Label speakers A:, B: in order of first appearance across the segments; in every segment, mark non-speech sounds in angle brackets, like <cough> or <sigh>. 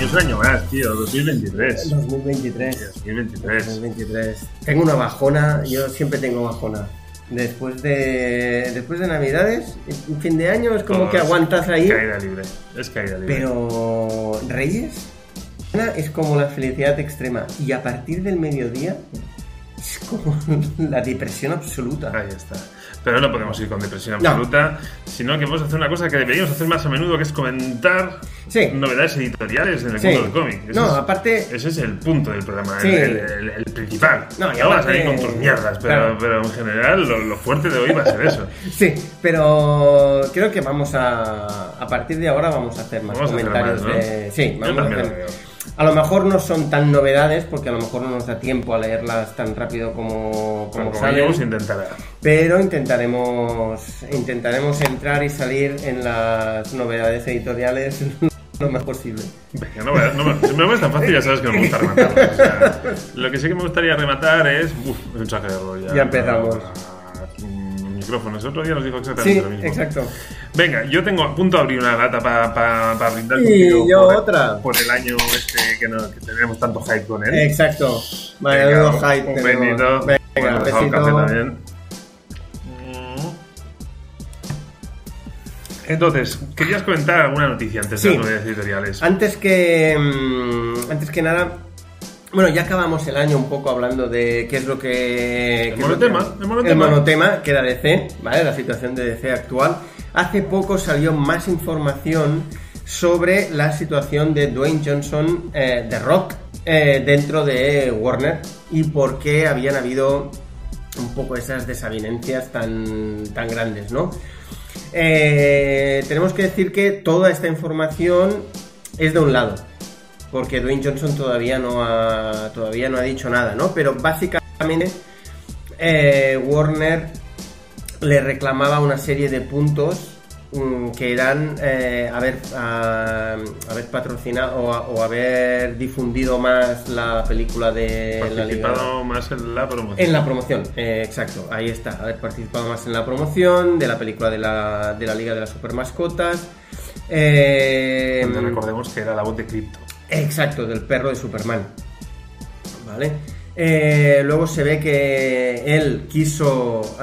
A: es un año más, tío, 2023.
B: 2023.
A: 2023.
B: 2023. Tengo una bajona, yo siempre tengo bajona. Después de después de Navidades, un fin de año es como
A: Todo
B: que
A: es
B: aguantas ahí,
A: Caída libre, es caída libre.
B: pero Reyes Ana, es como la felicidad extrema y a partir del mediodía es como <laughs> la depresión absoluta.
A: Ahí está. Pero no podemos ir con depresión
B: No.
A: absoluta, sino que vamos a hacer una cosa que deberíamos hacer más a menudo, que es comentar
B: Sí.
A: novedades editoriales en el
B: Sí.
A: mundo del cómic. Ese
B: No,
A: es-
B: aparte
A: Ese es el punto del programa,
B: Sí.
A: el, el- el principal.
B: No,
A: No,
B: y
A: vas a
B: aparte-
A: ir con tus mierdas, pero,
B: Claro.
A: pero en general lo, lo fuerte de hoy va a ser eso.
B: Sí, pero creo que vamos a. A partir de ahora vamos a hacer más
A: Vamos a hacer
B: comentarios
A: más, ¿no?
B: de. Sí,
A: Yo
B: vamos a
A: también
B: hacer-
A: lo veo.
B: A lo mejor no son tan novedades, porque a lo mejor no nos da tiempo a leerlas tan rápido como,
A: Pero
B: como,
A: como
B: salen,
A: Diego se intentará.
B: Pero intentaremos, intentaremos entrar y salir en las novedades editoriales <laughs> lo más posible.
A: Venga, no, voy a- no me- si me lo pones tan fácil, ya sabes que no me gusta rematarlo. o sea, lo que sí que me gustaría rematar es. Uf, un saco de rollo.
B: Ya empezamos.
A: Ah, mm, Micrófonos. Otro día nos dijo exactamente
B: Sí,
A: lo mismo.
B: exacto.
A: Venga, yo tengo a punto de abrir una lata para brindar
B: Y
A: contigo
B: yo
A: por,
B: otra.
A: por el año este que, no, que tenemos tanto hype con él.
B: Exacto. Vale,
A: ¿Eh? Venga,
B: menudo
A: un-
B: hype
A: Un
B: tenemos.
A: bendito.
B: Venga,
A: Bueno, dejado el café
B: besito.
A: también. Mm. Entonces, querías comentar alguna noticia antes de
B: Sí.
A: las novedades editoriales.
B: Antes que. mm, Antes que nada. Bueno, ya acabamos el año un poco hablando de qué es lo que.
A: El
B: qué es lo
A: monotema,
B: que-
A: el monotema.
B: monotema, que era DC, ¿vale? La situación de DC actual. Hace poco salió más información sobre la situación de Dwayne Johnson eh, de Rock eh, dentro de Warner y por qué habían habido un poco esas desavinencias tan, tan grandes, ¿no? Eh, tenemos que decir que toda esta información es de un lado, porque Dwayne Johnson todavía no ha, todavía no ha dicho nada, ¿no? Pero básicamente eh, Warner le reclamaba una serie de puntos mm, que eran eh, haber, ah, haber patrocinado o, o haber difundido más la película de la Liga.
A: Participado más en la promoción.
B: En la promoción, eh, exacto, ahí está. Haber participado más en la promoción de la película de la, de la Liga de las Supermascotas. Eh,
A: Donde recordemos que era la voz de Crypto.
B: exacto, del perro de Superman. ¿Vale? Eh, luego se ve que él quiso,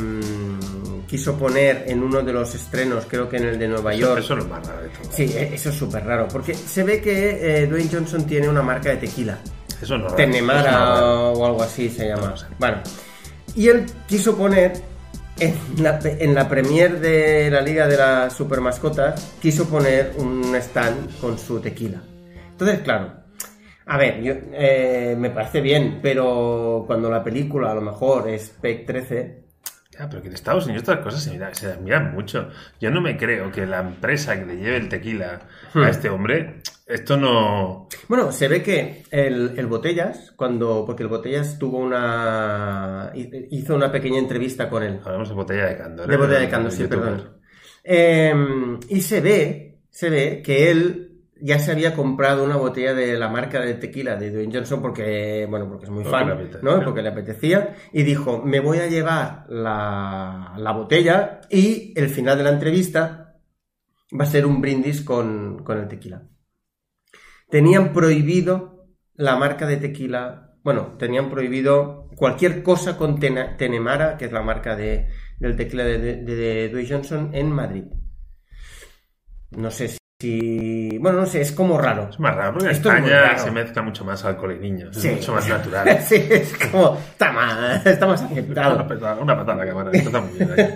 B: em, quiso poner en uno de los estrenos, creo que en el de Nueva York.
A: Eso es lo más raro de todo.
B: Sí, eh, eso es súper raro, porque se ve que eh, Dwayne Johnson tiene una marca de tequila.
A: Eso no es raro. Eso no es
B: Tenemara
A: raro.
B: o algo así se llama.
A: No lo sé.
B: Bueno, y él quiso poner en la, pe- en la premier de la Liga de las Supermascotas, quiso poner un stand con su tequila. Entonces, claro, a ver, yo, eh, me parece bien, pero cuando la película a lo mejor es PEC 13,
A: Ya, pero que en Estados Unidos estas cosas se, mira- se las miran mucho. Yo no me creo que la empresa que le lleve el tequila
B: Hmm.
A: a este hombre, esto no.
B: Bueno, se ve que el, el Botellas, cuando. Porque el Botellas tuvo una. hizo una pequeña entrevista con él.
A: Hablamos de botella de Candor.
B: De
A: ¿eh?
B: botella de Candor, sí,
A: youtuber.
B: perdón. Eh, y se ve, se ve que él ya se había comprado una botella de la marca de tequila de Dwayne Johnson porque, bueno, porque es muy
A: Porque le
B: fan,
A: apetece,
B: ¿no?
A: ¿no?
B: Porque le apetecía. Y dijo, me voy a llevar la, la botella y el final de la entrevista va a ser un brindis con, con el tequila. Tenían prohibido la marca de tequila, bueno, tenían prohibido cualquier cosa con Tena- Tenemara, que es la marca de, del tequila de, de, de Dwayne Johnson en Madrid. No sé si. Bueno, no sé, es como raro. <laughs>
A: Es más raro, porque en
B: Esto es muy
A: España
B: raro.
A: se mezcla mucho más alcohol y niños.
B: Sí.
A: Es mucho
B: <laughs>
A: más natural.
B: Sí, es como. Está mal, está más
A: Una
B: aceptado.
A: patada, una patada a la cámara, esto está muy bien.
B: <laughs>
A: ahí.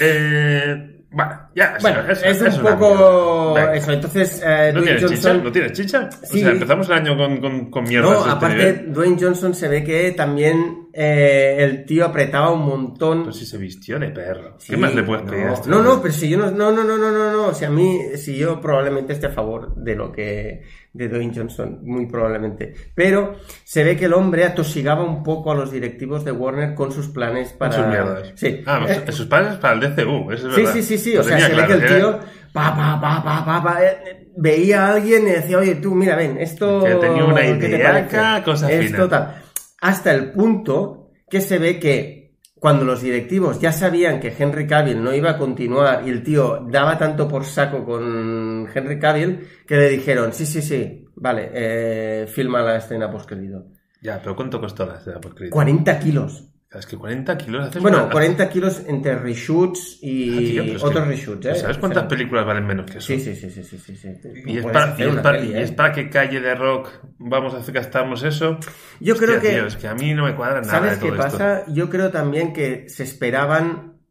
A: eh, bueno, ya. o sea,
B: Bueno,
A: eso-
B: es un
A: eso una
B: poco.
A: mierda. Venga.
B: Eso, entonces, eh,
A: ¿No
B: Dwayne
A: tienes chicha?
B: Johnson.
A: ¿No tienes chicha?
B: Sí.
A: O sea, empezamos el año con, con, con
B: No,
A: mierdas. de este
B: aparte,
A: nivel.
B: Dwayne Johnson se ve que también eh, el tío apretaba un montón.
A: Pero si se vistió de perro.
B: Sí,
A: ¿Qué más le puedes
B: no,
A: pedir a este
B: No, no,
A: hombre?
B: pero si yo no, no, no, no, no, no, no, si a mí, si yo probablemente esté a favor de lo que, de Dwayne Johnson, muy probablemente. Pero se ve que el hombre atosigaba un poco a los directivos de Warner con sus planes para...
A: Sus mierdas.
B: Sí.
A: Ah,
B: Eh,
A: sus padres para el DCU, eso es
B: Sí,
A: verdad.
B: sí, sí, sí,
A: Lo
B: o sea,
A: tenía
B: se
A: claro,
B: ve que el
A: era-
B: tío pa, pa, pa, pa, pa, pa, eh, eh, veía a alguien y decía, oye, tú, mira, ven, esto...
A: Que tenía una
B: ¿qué te parece?
A: ideaca, cosa
B: Esto
A: fina.
B: tal. Hasta el punto que se ve que cuando los directivos ya sabían que Henry Cavill no iba a continuar y el tío daba tanto por saco con Henry Cavill que le dijeron, sí, sí, sí, vale, eh, filma la escena post crédito.
A: Ya, pero ¿cuánto costó la escena por crédito?
B: 40 kilos.
A: Es que 40 kilos haces
B: Bueno,
A: una-
B: 40 kilos entre reshoots
A: Ah, tío,
B: y
A: pero es
B: otros
A: que-
B: reshoots, ¿eh?
A: ¿Sabes cuántas
B: O sea,
A: películas valen menos que eso?
B: Sí, sí, sí, sí, sí, sí. sí. Tú
A: Y es,
B: puedes
A: para,
B: hacer
A: y es
B: una
A: para-
B: peli,
A: y es
B: ¿eh?
A: para que calle de rock vamos a hacer- gastarnos eso.
B: Yo creo
A: Hostia,
B: que-
A: tío, es que a mí no me cuadra nada.
B: ¿Sabes
A: de
B: qué
A: todo esto.
B: pasa? Yo creo también que se esperaban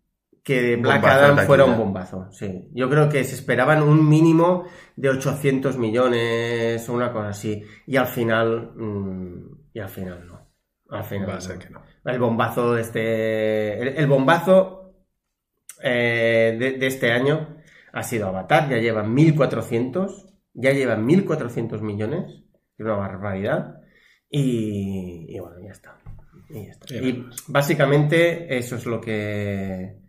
B: que
A: Un
B: Black
A: bombazo de
B: Adam fuera un
A: taquilla.
B: bombazo. Sí. Yo creo que se esperaban un mínimo de 800 millones o una cosa así. Y al final. mm, y al final no. Al final.
A: Va a
B: no.
A: ser que no.
B: El bombazo, este. El, el bombazo eh, de, de este año ha sido Avatar. Ya llevan 1400. Ya llevan 1400 millones. Es una barbaridad. Y, y bueno, ya está. Y, ya está.
A: Ya
B: Y
A: veremos.
B: básicamente eso es lo que.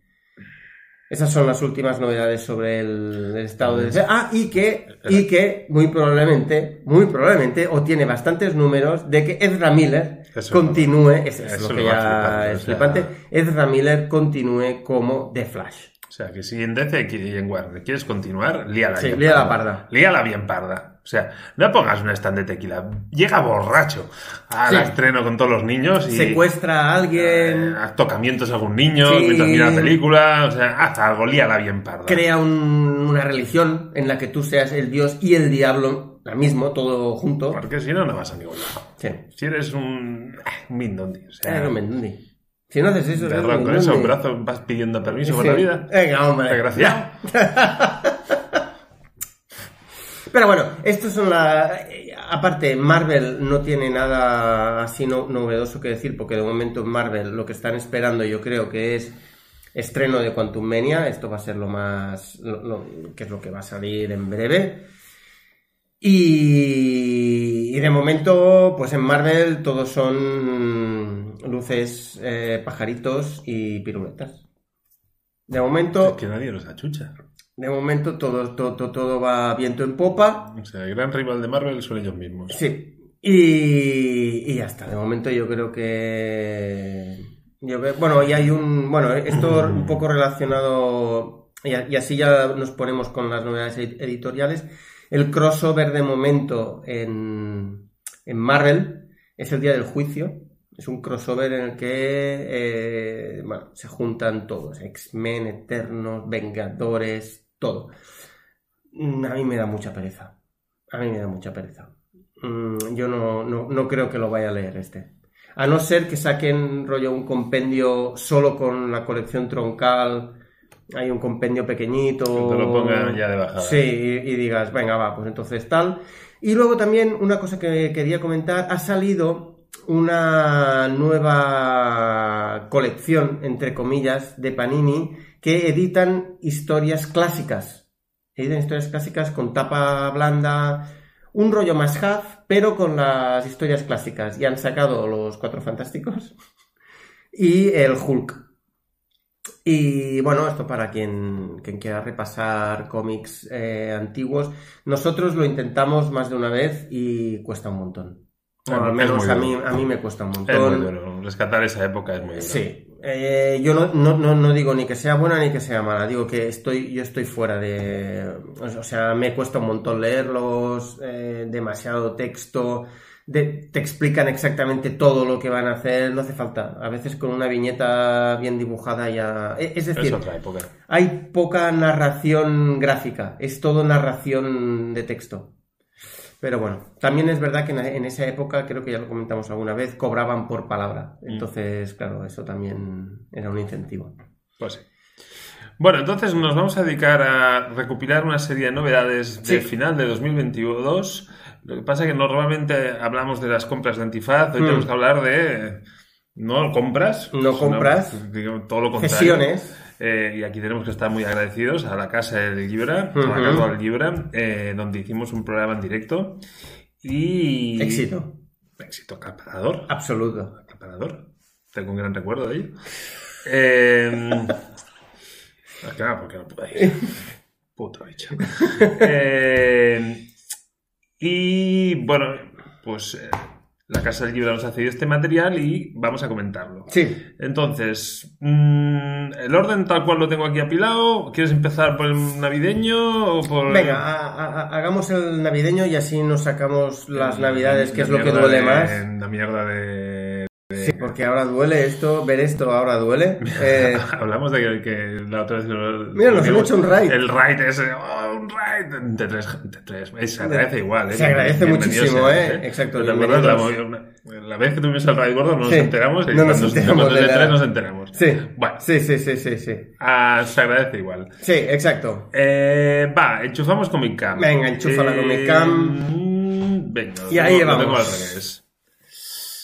B: Esas son las últimas novedades sobre el, el estado de Ah, y que, y que muy probablemente, muy probablemente, o tiene bastantes números de que Ezra Miller
A: Eso
B: continúe, es, es
A: Eso
B: lo
A: lo
B: que
A: va
B: ya
A: flipando,
B: es
A: o sea.
B: flipante, Ezra Miller continúe como The Flash.
A: O sea, que si en DC y en Warner quieres continuar, líala
B: Sí,
A: bien
B: líala parda.
A: Líala bien parda. O sea, no pongas un stand de tequila. Llega borracho al
B: Sí.
A: estreno con todos los niños y...
B: Secuestra a alguien,
A: eh, tocamientos a algún niño
B: Sí.
A: mientras mira la película. O sea, haz algo, líala bien parda.
B: crea un- una religión en la que tú seas el dios y el diablo, la mismo, todo junto.
A: Porque si no, no vas a ningún lado.
B: Sí.
A: Si eres un... eh, un mindondi. O sea,
B: Eres un mendundi. Si no haces Eh, eso,
A: de
B: eres un
A: rock con esos
B: mendundi.
A: brazos vas pidiendo permiso por
B: Sí.
A: la vida.
B: Venga, hombre.
A: Desgraciado.
B: Pero bueno, estos son la. eh, Aparte, Marvel no tiene nada así no- novedoso que decir, porque de momento en Marvel lo que están esperando, yo creo que es estreno de Quantum Mania. Esto va a ser lo más. lo- lo- que es lo que va a salir en breve. Y, y de momento, pues en Marvel todos son luces, eh, pajaritos y piruletas. De
A: Es
B: momento,
A: que nadie nos achucha.
B: de momento todo, todo, todo, todo va viento en popa.
A: O sea, el gran rival de Marvel son ellos mismos.
B: Sí. Y, y ya está. De momento yo creo que. Yo creo- bueno, y hay un. Bueno, esto un poco relacionado. Y, a- y así ya nos ponemos con las novedades ed- editoriales. El crossover de momento en, en Marvel es el día del juicio. Es un crossover en el que eh, bueno, se juntan todos: X-Men, Eternos, Vengadores, todo. Mm, A mí me da mucha pereza. A mí me da mucha pereza. Mm, yo no, no, no creo que lo vaya a leer este. A no ser que saquen rollo un compendio solo con la colección troncal. Hay un compendio pequeñito.
A: Que te lo pongan ya de bajada.
B: Oh. Sí, y, y digas, venga, va, pues entonces tal. Y luego también una cosa que quería comentar, ha salido una nueva colección, entre comillas, de Panini, que editan historias clásicas. Editan historias clásicas con tapa blanda, un rollo más half, pero con las historias clásicas. Y han sacado los Cuatro Fantásticos <laughs> y el Hulk. Y bueno, esto para quien, quien quiera repasar cómics eh, antiguos. Nosotros lo intentamos más de una vez y cuesta un montón.
A: Ah,
B: O al
A: es
B: menos
A: muy
B: a
A: duro.
B: mí, a mí me cuesta un montón.
A: Es muy duro. Rescatar esa época es muy duro.
B: Sí. Eh, yo no, no- no- no digo ni que sea buena ni que sea mala, digo que estoy, yo estoy fuera de... O sea, me cuesta un montón leerlos, eh, demasiado texto, de- te explican exactamente todo lo que van a hacer, no hace falta. A veces con una viñeta bien dibujada ya... e- Es
A: Es
B: decir,
A: otra época.
B: hay poca narración gráfica, es todo narración de texto. Pero bueno, también es verdad que en, en esa época, creo que ya lo comentamos alguna vez, cobraban por palabra.
A: Mm.
B: Entonces, claro, eso también era un incentivo.
A: Pues sí. Bueno, entonces nos vamos a dedicar a recopilar una serie de novedades del
B: Sí.
A: final de 2022. Lo que pasa es que normalmente hablamos de las compras de antifaz, hoy
B: Mm.
A: tenemos que hablar de eh, no compras,
B: No
A: sino,
B: compras.
A: digamos, todo lo contrario.
B: Cesiones.
A: Eh, y aquí tenemos que estar muy agradecidos a la Casa del Libra, a
B: Ujú.
A: la Casa del Libra, eh, donde hicimos un programa en directo. Y.
B: Éxito.
A: Éxito acaparador.
B: Absoluto.
A: Acaparador. Tengo un gran recuerdo
B: <laughs>
A: de ello. Eh, ah, claro, porque no pude ir. Puto bicho. Eh, y bueno, Em, pues eh, la Casa del Libro nos ha cedido este material y vamos a comentarlo.
B: Sí.
A: Entonces, mm, el orden tal cual lo tengo aquí apilado, ¿quieres empezar por el navideño o por...?
B: Venga, ha- ha- ha- hagamos el navideño y así nos sacamos las navidades, que
A: La
B: es lo que
A: mierda
B: duele
A: de-
B: más.
A: La mierda de...
B: Sí, porque ahora duele esto, ver esto ahora
A: <laughs>
B: duele. Eh,
A: Hablamos de que, que la otra vez...
B: Mira, nos han hecho un raid.
A: El raid ese, oh, un raid de tres, de tres. Eh, Se agradece igual, ¿eh?
B: Se agradece
A: Bienvenido
B: muchísimo,
A: sea,
B: ¿eh? Exacto,
A: ¿Te acuerdas la,
B: bienvenidos.
A: movida- la vez que tuvimos el raid gordo no nos
B: Sí,
A: enteramos y
B: no nos
A: cuando,
B: enteramos
A: cuando
B: de
A: es de
B: nada.
A: tres nos enteramos.
B: sí.
A: Bueno,
B: sí, sí, sí, sí, sí.
A: ah, se agradece igual.
B: Sí, exacto.
A: Eh, va, enchufamos Comic Cam.
B: Venga, enchúfala Comic Cam.
A: mm, Venga,
B: Y ahí
A: lo tengo- lo
B: vamos.
A: tengo al revés.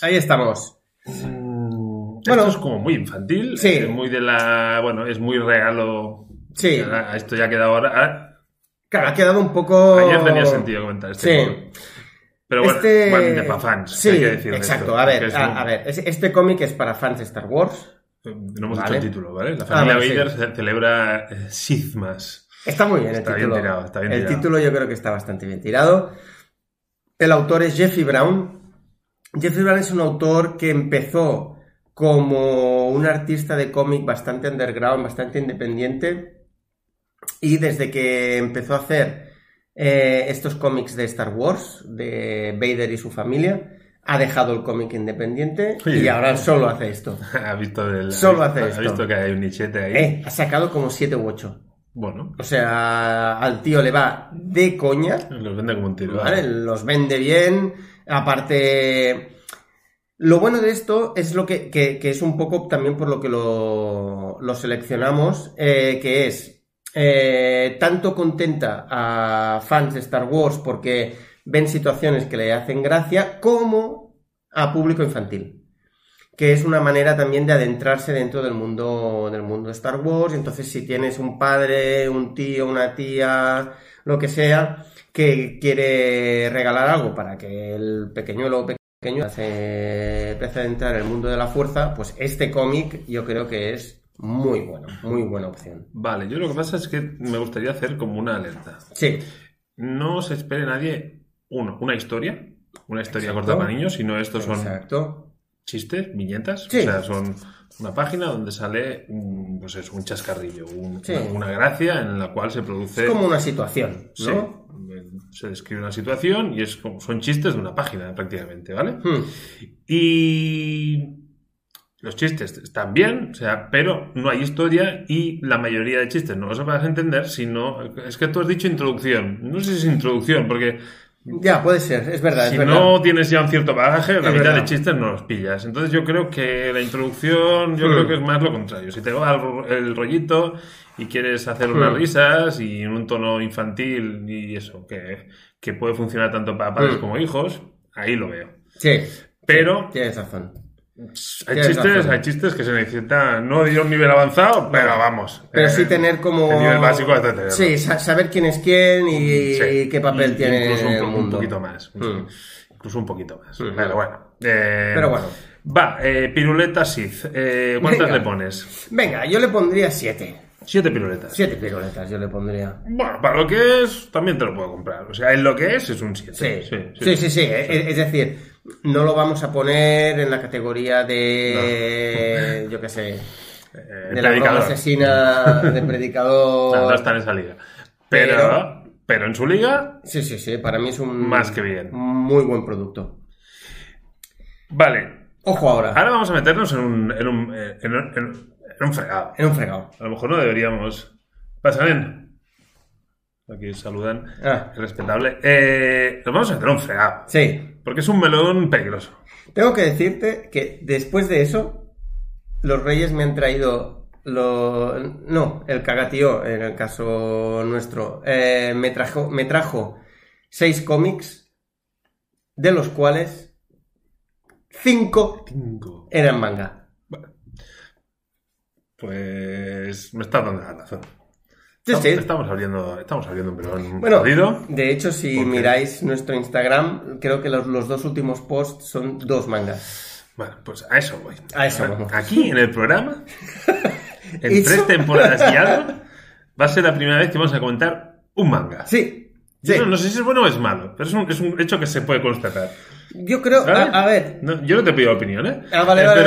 B: Ahí estamos.
A: Mm,
B: Bueno.
A: esto es como muy infantil.
B: Sí.
A: Es muy de la. Bueno, es muy regalo.
B: Sí.
A: Ah, Esto ya ha quedado ahora.
B: Claro, ha quedado un poco...
A: ah, Ayer tenía sentido comentar este
B: Oh. Sí.
A: juego. Pero bueno,
B: Este-
A: bueno, de pa' fans.
B: Sí,
A: hay que decir de
B: exacto.
A: esto,
B: a ver,
A: porque es un- eh,
B: a, a ver. es- Este cómic es para fans de Star Wars.
A: No hemos
B: Vale.
A: dicho el título, ¿vale? La familia
B: vale, sí.
A: Vader ce- celebra eh, Sithmas. <laughs>
B: Está muy bien el
A: Está bien
B: título.
A: tirado, está bien
B: el
A: tirado.
B: título yo creo que está bastante bien tirado. El autor es Jeffrey Brown. Jeffrey Brown es un autor que empezó como un artista de cómic bastante underground, bastante independiente. Y desde que empezó a hacer eh, estos cómics de Star Wars, de Vader y su familia, ha dejado el cómic independiente
A: Sí.
B: y ahora solo hace esto.
A: ha visto el.
B: Solo
A: ha
B: hace
A: visto-
B: esto.
A: Ha visto que hay un nichete ahí.
B: Eh, ha sacado como 7 u 8.
A: Bueno,
B: O sea, al tío le va de coña.
A: los vende como un tiro.
B: ¿vale? Los vende bien. Aparte. Lo bueno de esto es lo que, que- que es un poco también por lo que lo, lo seleccionamos, eh, que es eh, tanto contenta a fans de Star Wars porque ven situaciones que le hacen gracia, como a público infantil, que es una manera también de adentrarse dentro del mundo del mundo de Star Wars. Y Entonces, si tienes un padre, un tío, una tía, lo que sea, que quiere regalar algo para que el pequeñuelo o pequeño se empiece a entrar en el mundo de la fuerza, pues este cómic yo creo que es muy bueno, muy buena opción.
A: Vale, yo lo que pasa es que me gustaría hacer como una alerta.
B: Sí,
A: No se espere nadie, uno, una historia, una historia
B: Exacto.
A: corta para niños, sino estos son
B: exacto.
A: chistes, viñetas,
B: Sí.
A: o sea, son una página donde sale un, pues eso, un chascarrillo, un-
B: Sí.
A: una, una gracia en la cual se produce...
B: Es como una situación,
A: Sí,
B: ¿no?
A: se describe una situación y es como, son chistes de una página prácticamente, ¿vale?
B: Hmm,
A: Y los chistes están bien, o sea, pero no hay historia y la mayoría de chistes no los vas a entender, sino es que tú has dicho introducción. No sé si es introducción, porque
B: Ya, puede ser, es verdad.
A: si
B: es verdad.
A: no tienes ya un cierto bagaje, la
B: Es
A: mitad
B: verdad.
A: de chistes no los pillas. Entonces yo creo que la introducción, yo
B: Hmm.
A: creo que es más lo contrario. Si te va el ro- el rollito y quieres hacer unas
B: Hmm.
A: risas y en un tono infantil y eso, que, que puede funcionar tanto para padres
B: Hmm.
A: como hijos, ahí lo veo.
B: Sí,
A: Pero
B: tienes razón.
A: hay
B: Tienes
A: chistes,
B: razón.
A: hay chistes que se necesitan, no de un nivel avanzado, pero vamos.
B: Pero
A: eh,
B: sí tener como...
A: el nivel básico hasta tenerlo.
B: Sí, sa- saber quién es quién y,
A: sí.
B: qué papel
A: Y-
B: tiene
A: Mm, Incluso un,
B: en el
A: po- un
B: mundo.
A: poquito más.
B: Mm.
A: Incluso un poquito más.
B: Mm.
A: Pero bueno. eh,
B: Pero bueno.
A: Va, eh, piruleta Sith. Eh, ¿Cuántas
B: Venga.
A: le pones?
B: Venga, yo le pondría siete.
A: Siete piruletas.
B: Siete piruletas yo le pondría.
A: Bueno, para lo que es, también te lo puedo comprar. O sea, en lo que es, es un
B: Sí,
A: 7.
B: sí, sí, sí. eh, eh, Es decir, no lo vamos a poner en la categoría de, <laughs> yo qué sé,
A: Eh,
B: de la broma
A: predicador.
B: asesina, de
A: No, no
B: predicador.
A: está en esa liga. Pero, pero, en su liga,
B: Sí, sí, sí. Para mí es un
A: más que bien.
B: muy buen producto.
A: Vale.
B: Ojo ahora,
A: Ahora vamos a meternos en un, en un, eh, en un, en un- en un fregado.
B: en un fregado.
A: A lo mejor no deberíamos. Pasan. Aquí saludan.
B: Ah,
A: Respetable. Eh, nos vamos a meter en un fregado.
B: sí.
A: Porque es un melón peligroso.
B: Tengo que decirte que después de eso, los reyes me han traído lo... No, el cagatío, en el caso nuestro, eh, me, trajo, me trajo seis cómics, de los cuales cinco
A: Cinco.
B: eran manga.
A: Pues me está dando la razón.
B: Sí,
A: estamos,
B: sí.
A: estamos abriendo, estamos abriendo un melón
B: Bueno,
A: jodido.
B: de hecho, si
A: Ok.
B: miráis nuestro Instagram, creo que los, los dos últimos posts son dos mangas.
A: Bueno, pues a eso voy.
B: A eso vamos.
A: Aquí en
B: <laughs>
A: el programa, en
B: ¿Eso?
A: tres temporadas y algo, va a ser la primera vez que vamos a comentar un manga.
B: Sí,
A: Yo
B: sí.
A: No, no sé si es bueno o es malo, pero es un, es un hecho que se puede constatar.
B: Yo creo, a,
A: ¿Vale?
B: a ver.
A: No, yo no te pido opinión, ¿eh?
B: Ah, vale,
A: Eh,
B: vale,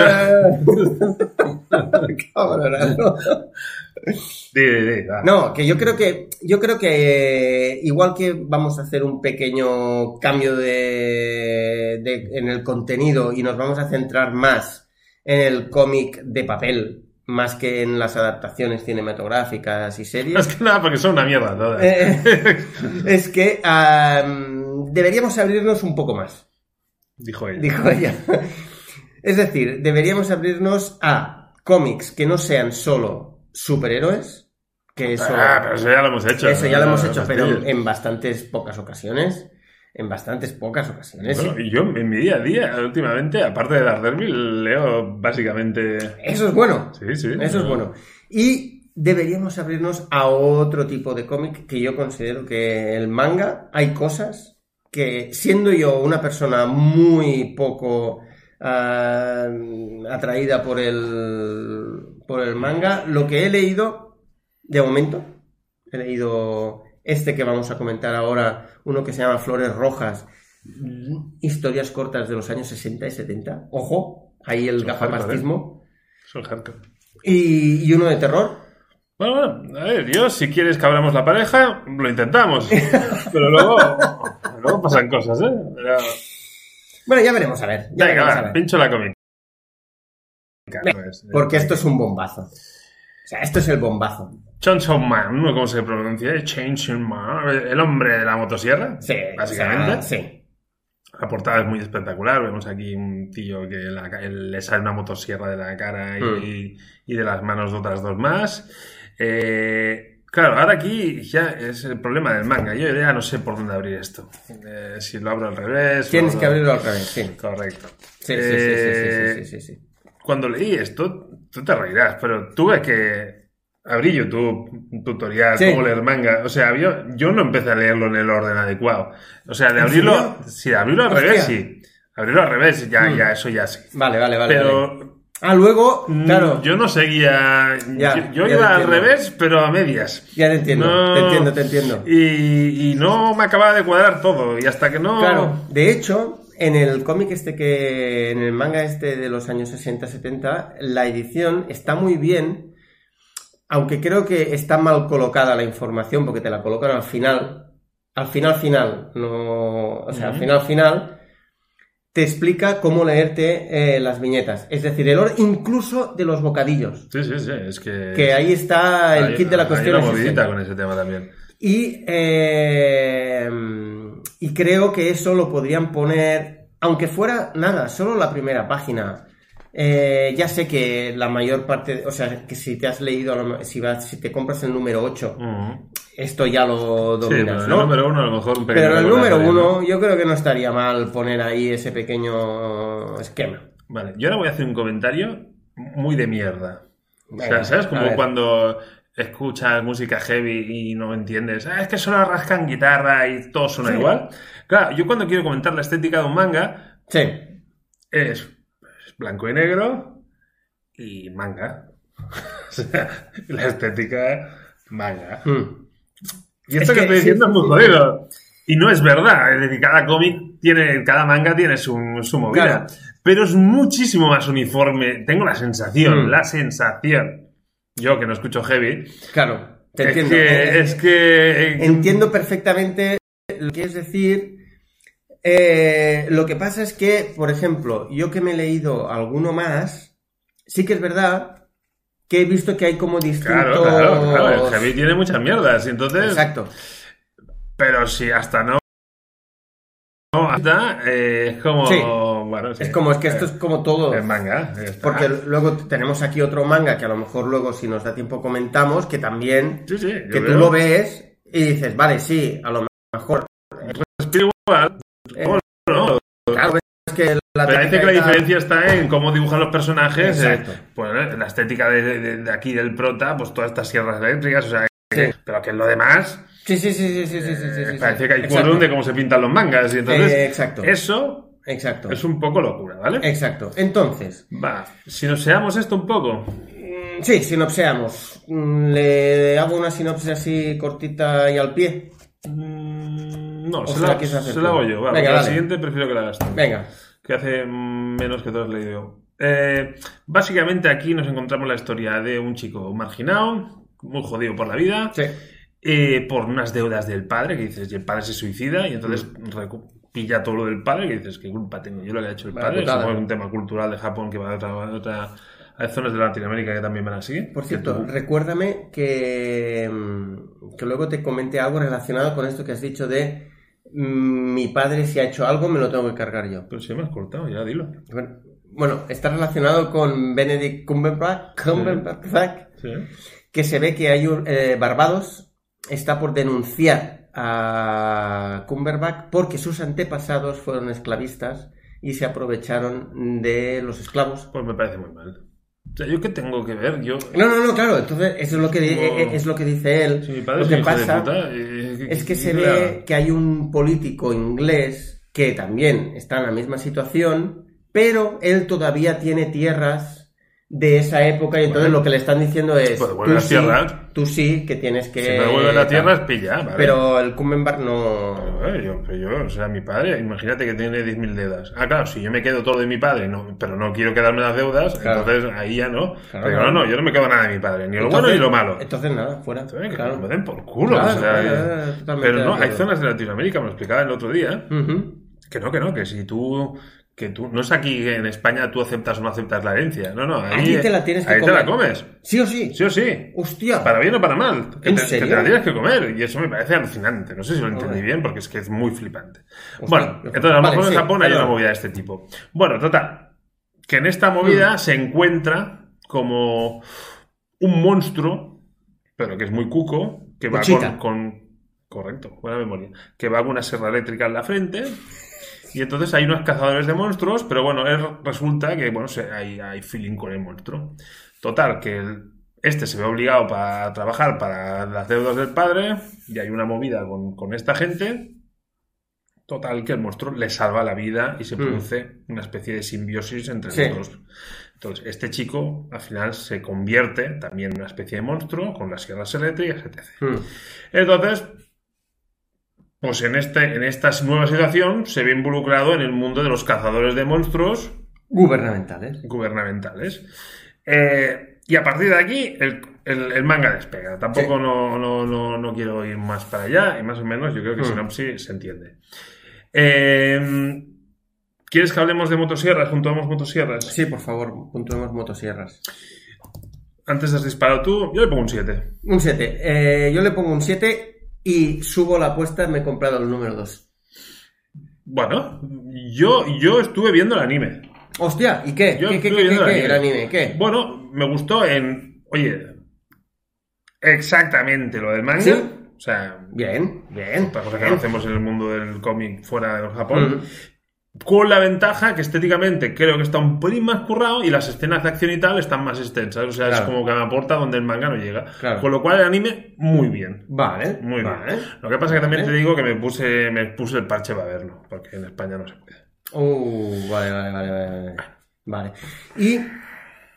A: pero- <laughs>
B: vale. <laughs> Cabronazo.
A: Sí, sí, sí, va.
B: No, que yo creo que yo creo que eh, igual que vamos a hacer un pequeño cambio de, de- en el contenido y nos vamos a centrar más en el cómic de papel más que en las adaptaciones cinematográficas y
A: Más <laughs>
B: series.
A: que nada porque son una mierda todas.
B: eh, <laughs> es que am, deberíamos abrirnos un poco más.
A: Dijo ella.
B: Dijo ella. Es decir, deberíamos abrirnos a cómics que no sean solo superhéroes, que eso,
A: Ah, pero eso ya lo hemos hecho.
B: eso ya lo
A: No,
B: hemos
A: no,
B: hecho,
A: no,
B: pero
A: fastidies.
B: en bastantes pocas ocasiones. En bastantes pocas ocasiones.
A: Bueno, y yo en mi día a día, últimamente, aparte de Daredevil, leo básicamente...
B: Eso es bueno.
A: Sí, sí.
B: Eso es bueno. Y deberíamos abrirnos a otro tipo de cómic que yo considero que el manga hay cosas que, siendo yo una persona muy poco ah, atraída por el, por el manga, lo que he leído, de momento, he leído este que vamos a comentar ahora, uno que se llama Flores Rojas, historias cortas de los años 60 y 70. Ojo, ahí el
A: Ojo, ¿eh?
B: gafapastismo.
A: Soy hardcore.
B: Y, y uno de terror.
A: Bueno, bueno, a ver, yo si quieres que abramos la pareja,
B: <laughs>
A: lo intentamos. Pero luego, luego pasan cosas, ¿eh? Pero-
B: Bueno, ya veremos a ver. Ya
A: Venga,
B: veremos
A: va,
B: a ver.
A: pincho la cómica. Pues,
B: Porque
A: eh,
B: esto es un bombazo. O sea, esto es el bombazo.
A: Chainsaw Man, ¿no? ¿Cómo se pronuncia? Eh, Chainsaw Man, el hombre de la motosierra.
B: Sí.
A: Básicamente.
B: o sea, sí.
A: La portada es muy espectacular. Vemos aquí un tío que la ca- le sale una motosierra de la cara y,
B: Hmm.
A: y de las manos de otras dos más. Eh, claro, ahora aquí ya es el problema del manga. Yo ya no sé por dónde abrir esto. Eh, si lo abro al revés.
B: Tienes
A: lo-
B: que abrirlo al revés, sí.
A: Correcto.
B: Sí, sí,
A: Eh,
B: sí, sí, sí, sí, sí, sí.
A: Cuando leí esto, tú te reirás, pero tuve que abrir YouTube, un tutorial,
B: Sí.
A: cómo leer manga. O sea, yo, yo no empecé a leerlo en el orden adecuado. O sea, de
B: ¿En
A: abrirlo,
B: serio?
A: sí, de abrirlo al
B: Hostia.
A: revés, sí. Abrirlo al revés, ya,
B: Mm.
A: ya, eso ya sí.
B: Vale, vale, vale. vale.
A: Pero
B: Ah, luego,
A: mm,
B: claro.
A: yo no seguía.
B: Ya,
A: yo yo
B: ya
A: iba
B: te
A: al
B: entiendo.
A: revés, pero a medias.
B: Ya te entiendo,
A: No.
B: te entiendo, te entiendo.
A: Y, y no me acababa de cuadrar todo. Y hasta que no.
B: Claro, de hecho, en el cómic este que, en el manga este de los años 60-70, la edición está muy bien, aunque creo que está mal colocada la información porque te la colocan al final, al final final, no, o sea, al
A: Ujú.
B: final final, te explica cómo leerte eh, las viñetas, es decir, el orden incluso de los bocadillos,
A: Sí, sí, sí. Es que.
B: que ahí está el
A: hay-
B: kit de la cuestión.
A: Hay una
B: es ese.
A: movidita con ese tema también.
B: Y, eh, y creo que eso lo podrían poner, aunque fuera nada, solo la primera página. Eh, ya sé que la mayor parte, o sea, que si te has leído, a lo me- si, vas, si te compras el número 8,
A: Ujú.
B: esto ya lo
A: Sí, pero
B: dominas,
A: el
B: ¿no?
A: número uno a lo mejor un pequeño
B: Pero en el número
A: recordatorio, ¿no?
B: uno, yo creo que no estaría mal poner ahí ese pequeño esquema.
A: Vale, yo ahora voy a hacer un comentario muy de mierda. O sea,
B: Venga,
A: ¿sabes?
B: a
A: Como
B: ver.
A: cuando escuchas música heavy y no entiendes. "Ah, es que solo rascan guitarra y todo suena
B: Sí.
A: igual. Claro, yo cuando quiero comentar la estética de un manga
B: Sí,
A: es blanco y negro y manga. <laughs> o sea, la estética manga.
B: Mm.
A: Y
B: Es
A: esto que,
B: que-
A: estoy
B: sí,
A: diciendo
B: sí,
A: es muy
B: sí.
A: jodido. Y no es verdad. Es decir, cada cómic tiene, cada manga tiene su, su movida.
B: Claro.
A: Pero es muchísimo más uniforme. Tengo la sensación,
B: Mm.
A: la sensación. Yo que no escucho heavy.
B: claro, te
A: es,
B: entiendo.
A: Que, es que. eh,
B: Entiendo perfectamente lo que quieres decir. Eh, lo que pasa es que, por ejemplo, yo que me he leído alguno más, sí que es verdad que he visto que hay como distintos.
A: Claro, claro, claro. El heavy tiene muchas mierdas. y Entonces.
B: Exacto.
A: Pero si hasta no. no, hasta. eh, es como.
B: Sí.
A: Bueno, sí.
B: Es como, es que esto es como todo.
A: Eh, Es ah. manga. ya está.
B: Porque luego tenemos aquí otro manga que a lo mejor luego, si nos da tiempo, comentamos, que también,
A: Sí, sí, yo
B: que tú
A: veo.
B: lo ves y dices, vale, sí, a lo mejor.
A: Respiro igual,
B: eh,
A: Bueno, ¿no?
B: claro, es que la
A: Parece que la
B: técnica y tal-
A: diferencia está en cómo dibujan los personajes, eh,
B: Exacto.
A: pues, eh, la estética de, de- de aquí del prota, pues todas estas sierras eléctricas, o sea, que-
B: Sí.
A: pero que en lo demás
B: Sí, sí, sí, sí, sí, sí, sí, sí,
A: eh,
B: sí.
A: parece que hay
B: Exacto.
A: cuadrón de cómo se pintan los mangas y entonces
B: Eh, exacto.
A: eso
B: Exacto.
A: es un poco locura, ¿vale?
B: Exacto. Entonces,
A: Va, si nos seamos esto un poco,
B: mm, sí, sinopseamos. Mm, Le hago una sinopsis así cortita y al pie.
A: Mm, no,
B: ¿O
A: se
B: se la
A: la,
B: quieres hacer
A: se la
B: tú?
A: hago yo.
B: Venga,
A: va, porque la
B: dale.
A: siguiente prefiero que la hagas tú.
B: Venga.
A: que hace menos que todos leído yo. Eh, básicamente aquí nos encontramos la historia de un chico marginado, muy jodido por la vida,
B: Sí.
A: eh, por unas deudas del padre, que dices, y el padre se suicida, y entonces
B: Mm.
A: recu- pilla todo lo del padre, que dices, ¿qué culpa tengo yo lo que ha hecho el
B: Vaya
A: padre?
B: putada.
A: Supongo que Es un tema cultural de Japón que va a otra... a otra- hay zonas de Latinoamérica que también van así.
B: Por
A: Que
B: cierto,
A: tú-
B: recuérdame que, mm, que luego te comenté algo relacionado con esto que has dicho de mm, mi padre si ha hecho algo me lo tengo que cargar yo.
A: Pero si me has cortado, ya dilo.
B: Bueno, bueno, está relacionado con Benedict Cumberbatch, Cumberbatch,
A: Sí.
B: que se ve que hay un, eh, Barbados está por denunciar a Cumberbatch porque sus antepasados fueron esclavistas y se aprovecharon de los esclavos.
A: Pues me parece muy mal. O sea, ¿yo qué tengo que ver? Yo...
B: No, no, no, claro, entonces eso es lo que, di-
A: Como-
B: eh, eh, es lo que dice él.
A: Si mi padre
B: lo
A: es
B: que
A: un hijo de
B: pasa
A: puta, eh,
B: es que se
A: mira,
B: ve que hay un político inglés que también está en la misma situación, pero él todavía tiene tierras de esa época y entonces
A: Bueno.
B: lo que le están diciendo es
A: Pues devuelve
B: tú,
A: las
B: sí,
A: tierras".
B: tú sí que tienes que...
A: Si me vuelve a la tierra, es pilla, ¿vale?
B: Pero el Cumberbatch no...
A: Pero, eh, yo, pero yo, o sea, mi padre, imagínate que tiene 10.000 deudas. Ah, claro, si yo me quedo todo de mi padre, no, pero no quiero quedarme las deudas,
B: Claro.
A: entonces ahí ya no.
B: Claro,
A: pero
B: claro.
A: no, no, yo no me quedo nada de mi padre, ni lo
B: Entonces-
A: bueno ni lo malo.
B: Entonces nada, fuera.
A: Entonces, que
B: claro.
A: me den por culo.
B: Claro,
A: o sea,
B: claro,
A: eh.
B: claro, totalmente
A: pero
B: de
A: no, hay
B: acuerdo.
A: zonas de Latinoamérica, me lo explicaba el otro día,
B: Ujú.
A: que no, que no, que si tú... Que tú, no es aquí que en España tú aceptas o no aceptas la herencia. No, no. Ahí,
B: Aquí te la tienes que
A: ahí
B: comer.
A: te la comes.
B: Sí o sí.
A: Sí o sí.
B: Hostia.
A: Para bien o para mal. Que
B: ¿En
A: te,
B: serio?
A: que te la tienes que comer. Y eso me parece alucinante. No sé si lo entendí
B: Joder.
A: bien, porque es que es muy flipante.
B: Hostia,
A: bueno,
B: qué
A: entonces a lo
B: Vale,
A: mejor en
B: sí,
A: Japón hay
B: perdón.
A: una movida de este tipo. Bueno, total. Que en esta movida
B: Mm.
A: se encuentra como un monstruo, pero que es muy cuco, que va
B: Cuchita.
A: con, con- Correcto, buena memoria. Que va con una serra eléctrica en la frente. Y entonces hay unos cazadores de monstruos, pero bueno, es- resulta que bueno, se- hay, hay feeling con el monstruo. Total, que el- este se ve obligado pa- a trabajar para las deudas del padre y hay una movida con, con esta gente. Total, que el monstruo le salva la vida y se
B: Mm.
A: produce una especie de simbiosis entre
B: Sí.
A: los dos. Entonces, este chico al final se convierte también en una especie de monstruo con las sierras eléctricas, etc.
B: Mm.
A: Entonces, pues en, este, en esta nueva situación se ve involucrado en el mundo de los cazadores de monstruos
B: Gubernamentales.
A: gubernamentales. Eh, y a partir de aquí, el, el- el manga despega. Tampoco
B: Sí.
A: no, no- no- no quiero ir más para allá, y más o menos yo creo que
B: Mm.
A: sinopsis se entiende. Eh, ¿Quieres que hablemos de motosierras? Juntamos motosierras.
B: Sí, por favor, puntuemos motosierras.
A: Antes has disparado tú, yo le pongo un 7.
B: Un 7. yo le pongo un 7 y subo la apuesta, me he comprado el número 2.
A: Bueno, yo, yo estuve viendo el anime.
B: Hostia, ¿y qué?
A: Yo
B: ¿Qué, qué,
A: estoy
B: qué, qué,
A: viendo ¿eh? el
B: qué? el
A: anime.
B: anime? ¿Qué?
A: Bueno, me gustó en. Oye. Exactamente lo del manga.
B: ¿Sí?
A: O sea,
B: Bien, bien.
A: otra cosa que
B: bien.
A: conocemos en el mundo del cómic fuera de Japón.
B: Mm.
A: Con la ventaja que estéticamente creo que está un pelín más currado y las escenas de acción y tal están más extensas. O sea, es
B: Claro.
A: como que me aporta donde el manga no llega.
B: Claro.
A: Con lo cual el anime, muy bien.
B: Vale,
A: Muy
B: vale.
A: bien. ¿eh? Lo que pasa es que también
B: Vale.
A: te digo que me puse, me puse el parche para verlo, porque en España no se puede.
B: Uh, vale, vale, vale, vale, vale. Vale. Y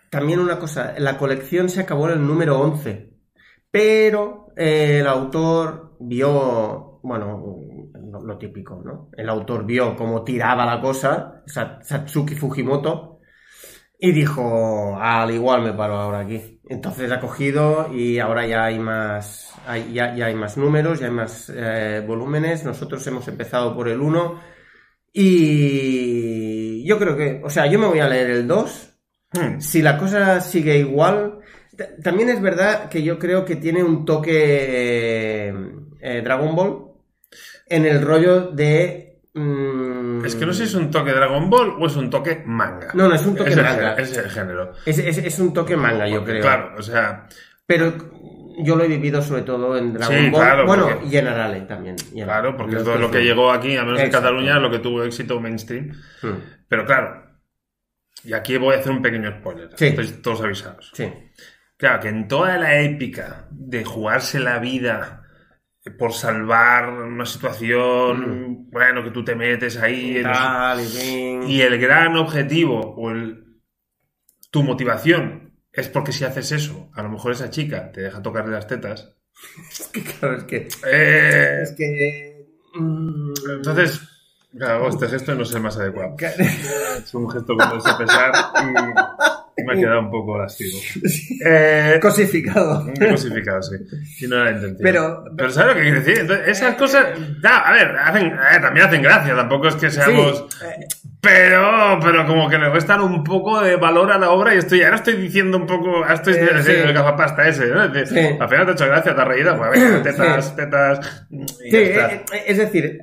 B: también una cosa, la colección se acabó en el número 11, pero eh, el autor vio, bueno, lo, lo típico, ¿no? El autor vio cómo tiraba la cosa, Sa- Satsuki Fujimoto, y dijo, al igual me paro ahora aquí. Entonces ha cogido y ahora ya hay más, hay- ya, ya hay más números, ya hay más eh, volúmenes. Nosotros hemos empezado por el 1 y yo creo que, o sea, yo me voy a leer el 2
A: Hmm.
B: si la cosa sigue igual. ta- También es verdad que yo creo que tiene un toque eh, eh, Dragon Ball en el rollo de. mm,
A: Es que no sé si es un toque Dragon Ball o es un toque manga.
B: No, no, es un toque
A: Es el
B: manga.
A: gé- Es el género.
B: Es, es- es un toque manga, yo creo.
A: Claro, o sea,
B: Pero yo lo he vivido sobre todo en Dragon
A: Sí,
B: Ball.
A: claro,
B: bueno,
A: porque-
B: y en Arale también. y en-
A: claro, porque
B: en
A: todo
B: otros
A: lo que
B: no.
A: llegó aquí, a menos en
B: Exacto.
A: Cataluña, lo que tuvo éxito mainstream.
B: Hmm,
A: Pero claro, y aquí voy a hacer un pequeño spoiler.
B: Sí.
A: Estáis todos avisados.
B: Sí.
A: Claro, que en toda la épica de jugarse la vida por salvar una situación, bueno, que tú te metes ahí, en-
B: Tal, y bien.
A: y el gran objetivo o el, tu motivación es porque si haces eso, a lo mejor esa chica te deja tocarle las tetas,
B: Es que, claro, <laughs> es que.
A: Eh,
B: Es que. mm,
A: entonces, claro, este gesto no es el más adecuado. Es un gesto con mucho pesar y me ha quedado un poco lastigo. Eh,
B: Cosificado.
A: Cosificado, sí. Y no la he entendido.
B: Pero-
A: pero ¿sabes lo que quiero decir? Entonces, esas cosas. da, a ver, hacen- eh, también hacen gracia, tampoco es que <laughs> seamos.
B: Sí, eh,
A: Pero, pero como que le restan un poco de valor a la obra y estoy, ahora estoy diciendo un poco, ahora estoy
B: Eh,
A: diciendo
B: sí.
A: el gafapasta ese, ¿no? Es decir,
B: Sí.
A: Al final te ha hecho gracia, te has reído, pues a ver, tetas,
B: Sí.
A: tetas, y
B: sí,
A: ya está.
B: eh, eh, es
A: <coughs>
B: decir,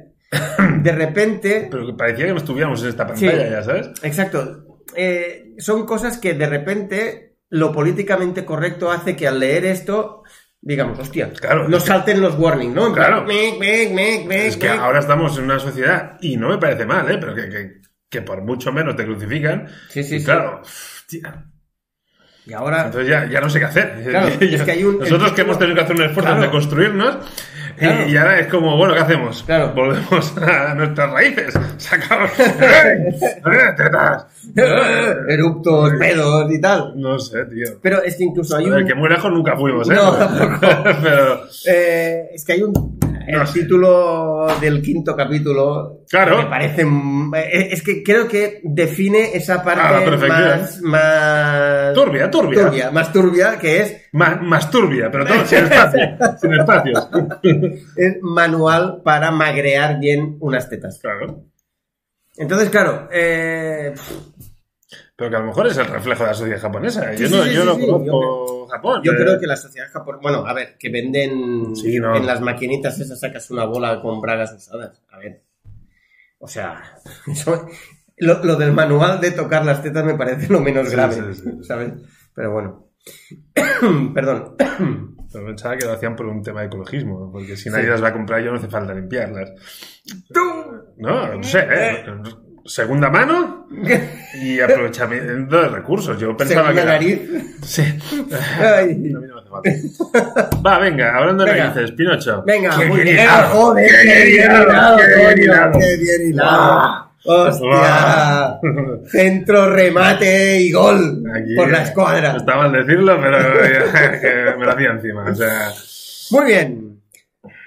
B: de repente.
A: Pero que parecía que no estuviéramos en esta pantalla,
B: Sí.
A: ya sabes.
B: Exacto. Eh, son cosas que de repente lo políticamente correcto hace que al leer esto digamos, hostia,
A: Claro.
B: nos salten los warnings, ¿no? En plan,
A: Claro.
B: mec, mec, mec, mec,
A: Es que
B: mec.
A: ahora estamos en una sociedad, y no me parece mal, ¿eh? Pero que, que, que por mucho menos te crucifican.
B: Sí, sí,
A: y
B: sí.
A: claro, tía,
B: Y ahora
A: Entonces ya, ya no sé qué hacer. <laughs>
B: Claro, es que hay un-
A: Nosotros
B: el-
A: que hemos tenido que hacer un esfuerzo
B: Claro.
A: de construirnos y-
B: Claro.
A: y, ahora es como, bueno, ¿qué hacemos?
B: Claro.
A: Volvemos <laughs> a nuestras raíces. <laughs>
B: <laughs>
A: Sacamos. ¡Eh! ¡Eh, tetas!
B: eruptos, pedos y tal.
A: No sé, tío.
B: Pero es que incluso hay
A: El
B: un.
A: que muy lejos nunca fuimos, ¿eh?
B: No, tampoco.
A: <laughs> Pero,
B: eh, es que hay un. El
A: No sé.
B: título del quinto capítulo.
A: Claro.
B: Me parece. mm, eh, Es que creo que define esa
A: A la
B: parte
A: perfección.
B: más. más
A: Ah, turbia, turbia.
B: turbia, Más turbia, que es
A: Más, más turbia, pero todo
B: <laughs>
A: sin espacio. sin espacios.
B: el manual para magrear bien unas tetas.
A: Claro.
B: Entonces, claro. eh,
A: Pero que a lo mejor es el reflejo de la sociedad japonesa.
B: Sí,
A: yo
B: sí,
A: no,
B: sí,
A: yo
B: sí,
A: no
B: sí.
A: conozco Japón.
B: yo
A: Eh,
B: creo que la sociedad japonesa. Bueno, a ver, que venden
A: Sí, no.
B: en las maquinitas esas, sacas una bola con bragas usadas. A ver. O sea, <laughs> eso- lo, lo del manual de tocar las tetas me parece lo menos
A: Sí,
B: grave,
A: sí, sí.
B: ¿sabes? Pero bueno. <coughs> Perdón.
A: Pero pensaba que lo hacían por un tema de ecologismo, porque si nadie
B: Sí.
A: las va a comprar ya no hace falta limpiarlas. No, no sé, ¿eh? Segunda mano
B: <laughs>
A: y aprovechamiento de recursos. Yo pensaba
B: Segunda
A: que... era-
B: nariz.
A: <laughs> Sí.
B: Ay.
A: A mí no me hace falta. Va, venga, hablando de
B: Venga.
A: narices, Pinocho.
B: Venga,
A: Qué
B: muy bien.
A: hilado.
B: Joder, qué bien hilado,
A: qué bien
B: coño,
A: hilado. Ah.
B: qué bien hilado. Hostia.
A: <laughs> Guau.
B: Centro, remate y gol
A: Aquí-
B: por la escuadra.
A: Está mal decirlo, pero <laughs> que me lo hacía encima. O sea,
B: Muy bien.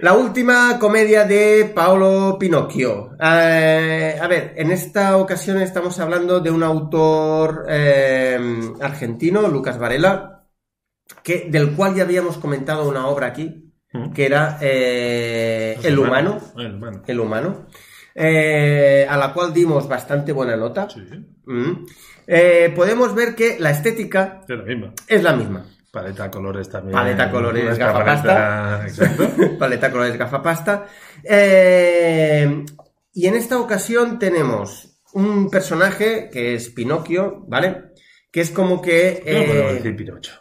B: La última comedia de Paolo Pinocchio. Eh, a ver, en esta ocasión estamos hablando de un autor eh, argentino, Lucas Varela, que, del cual ya habíamos comentado una obra aquí, que era eh, El humano.
A: El humano.
B: El humano. eh, a la cual dimos bastante buena nota.
A: Sí,
B: Mm. Eh, podemos ver que la estética
A: es lo mismo.
B: es la misma.
A: Paleta colores también.
B: Paleta, colores,
A: Nuestra
B: gafapasta.
A: paleta, Exacto.
B: Paleta colores gafapasta. Eh, y en esta ocasión tenemos un personaje que es Pinocchio, ¿vale? Que es como que.
A: No podemos
B: eh,
A: decir Pinocho.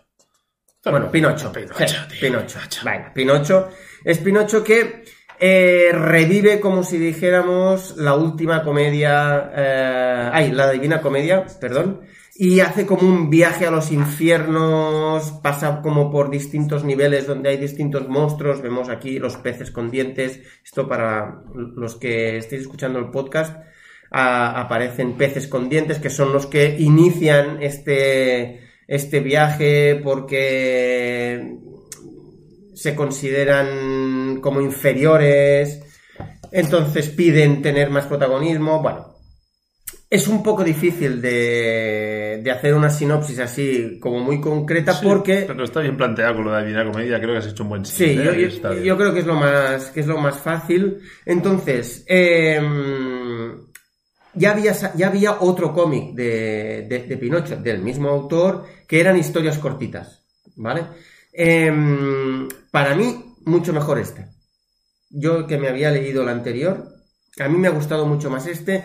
B: Bueno, Pinocho.
A: Pinocho,
B: Eh,
A: tío,
B: Pinocho.
A: Pinocho.
B: Venga, Pinocho. Es Pinocho que eh, revive, como si dijéramos, la última comedia. eh, ay, la divina comedia, perdón. Y hace como un viaje a los infiernos, pasa como por distintos niveles donde hay distintos monstruos. Vemos aquí los peces con dientes. Esto para los que estéis escuchando el podcast. a- aparecen peces con dientes que son los que inician este, este viaje porque se consideran como inferiores, entonces piden tener más protagonismo. Bueno, es un poco difícil de, de hacer una sinopsis así como muy concreta
A: Sí,
B: porque...
A: Pero está bien planteado con lo de Divina Comedia, creo que has hecho un buen
B: Sí,
A: símil,
B: yo,
A: ¿eh?
B: yo-
A: Está bien.
B: yo creo que es lo más que es lo más fácil. Entonces, eh, ya, había, sa- ya había otro cómic de, de- de Pinocho, del mismo autor, que eran historias cortitas, ¿vale? Eh, para mí, mucho mejor este. Yo que me había leído el anterior, a mí me ha gustado mucho más este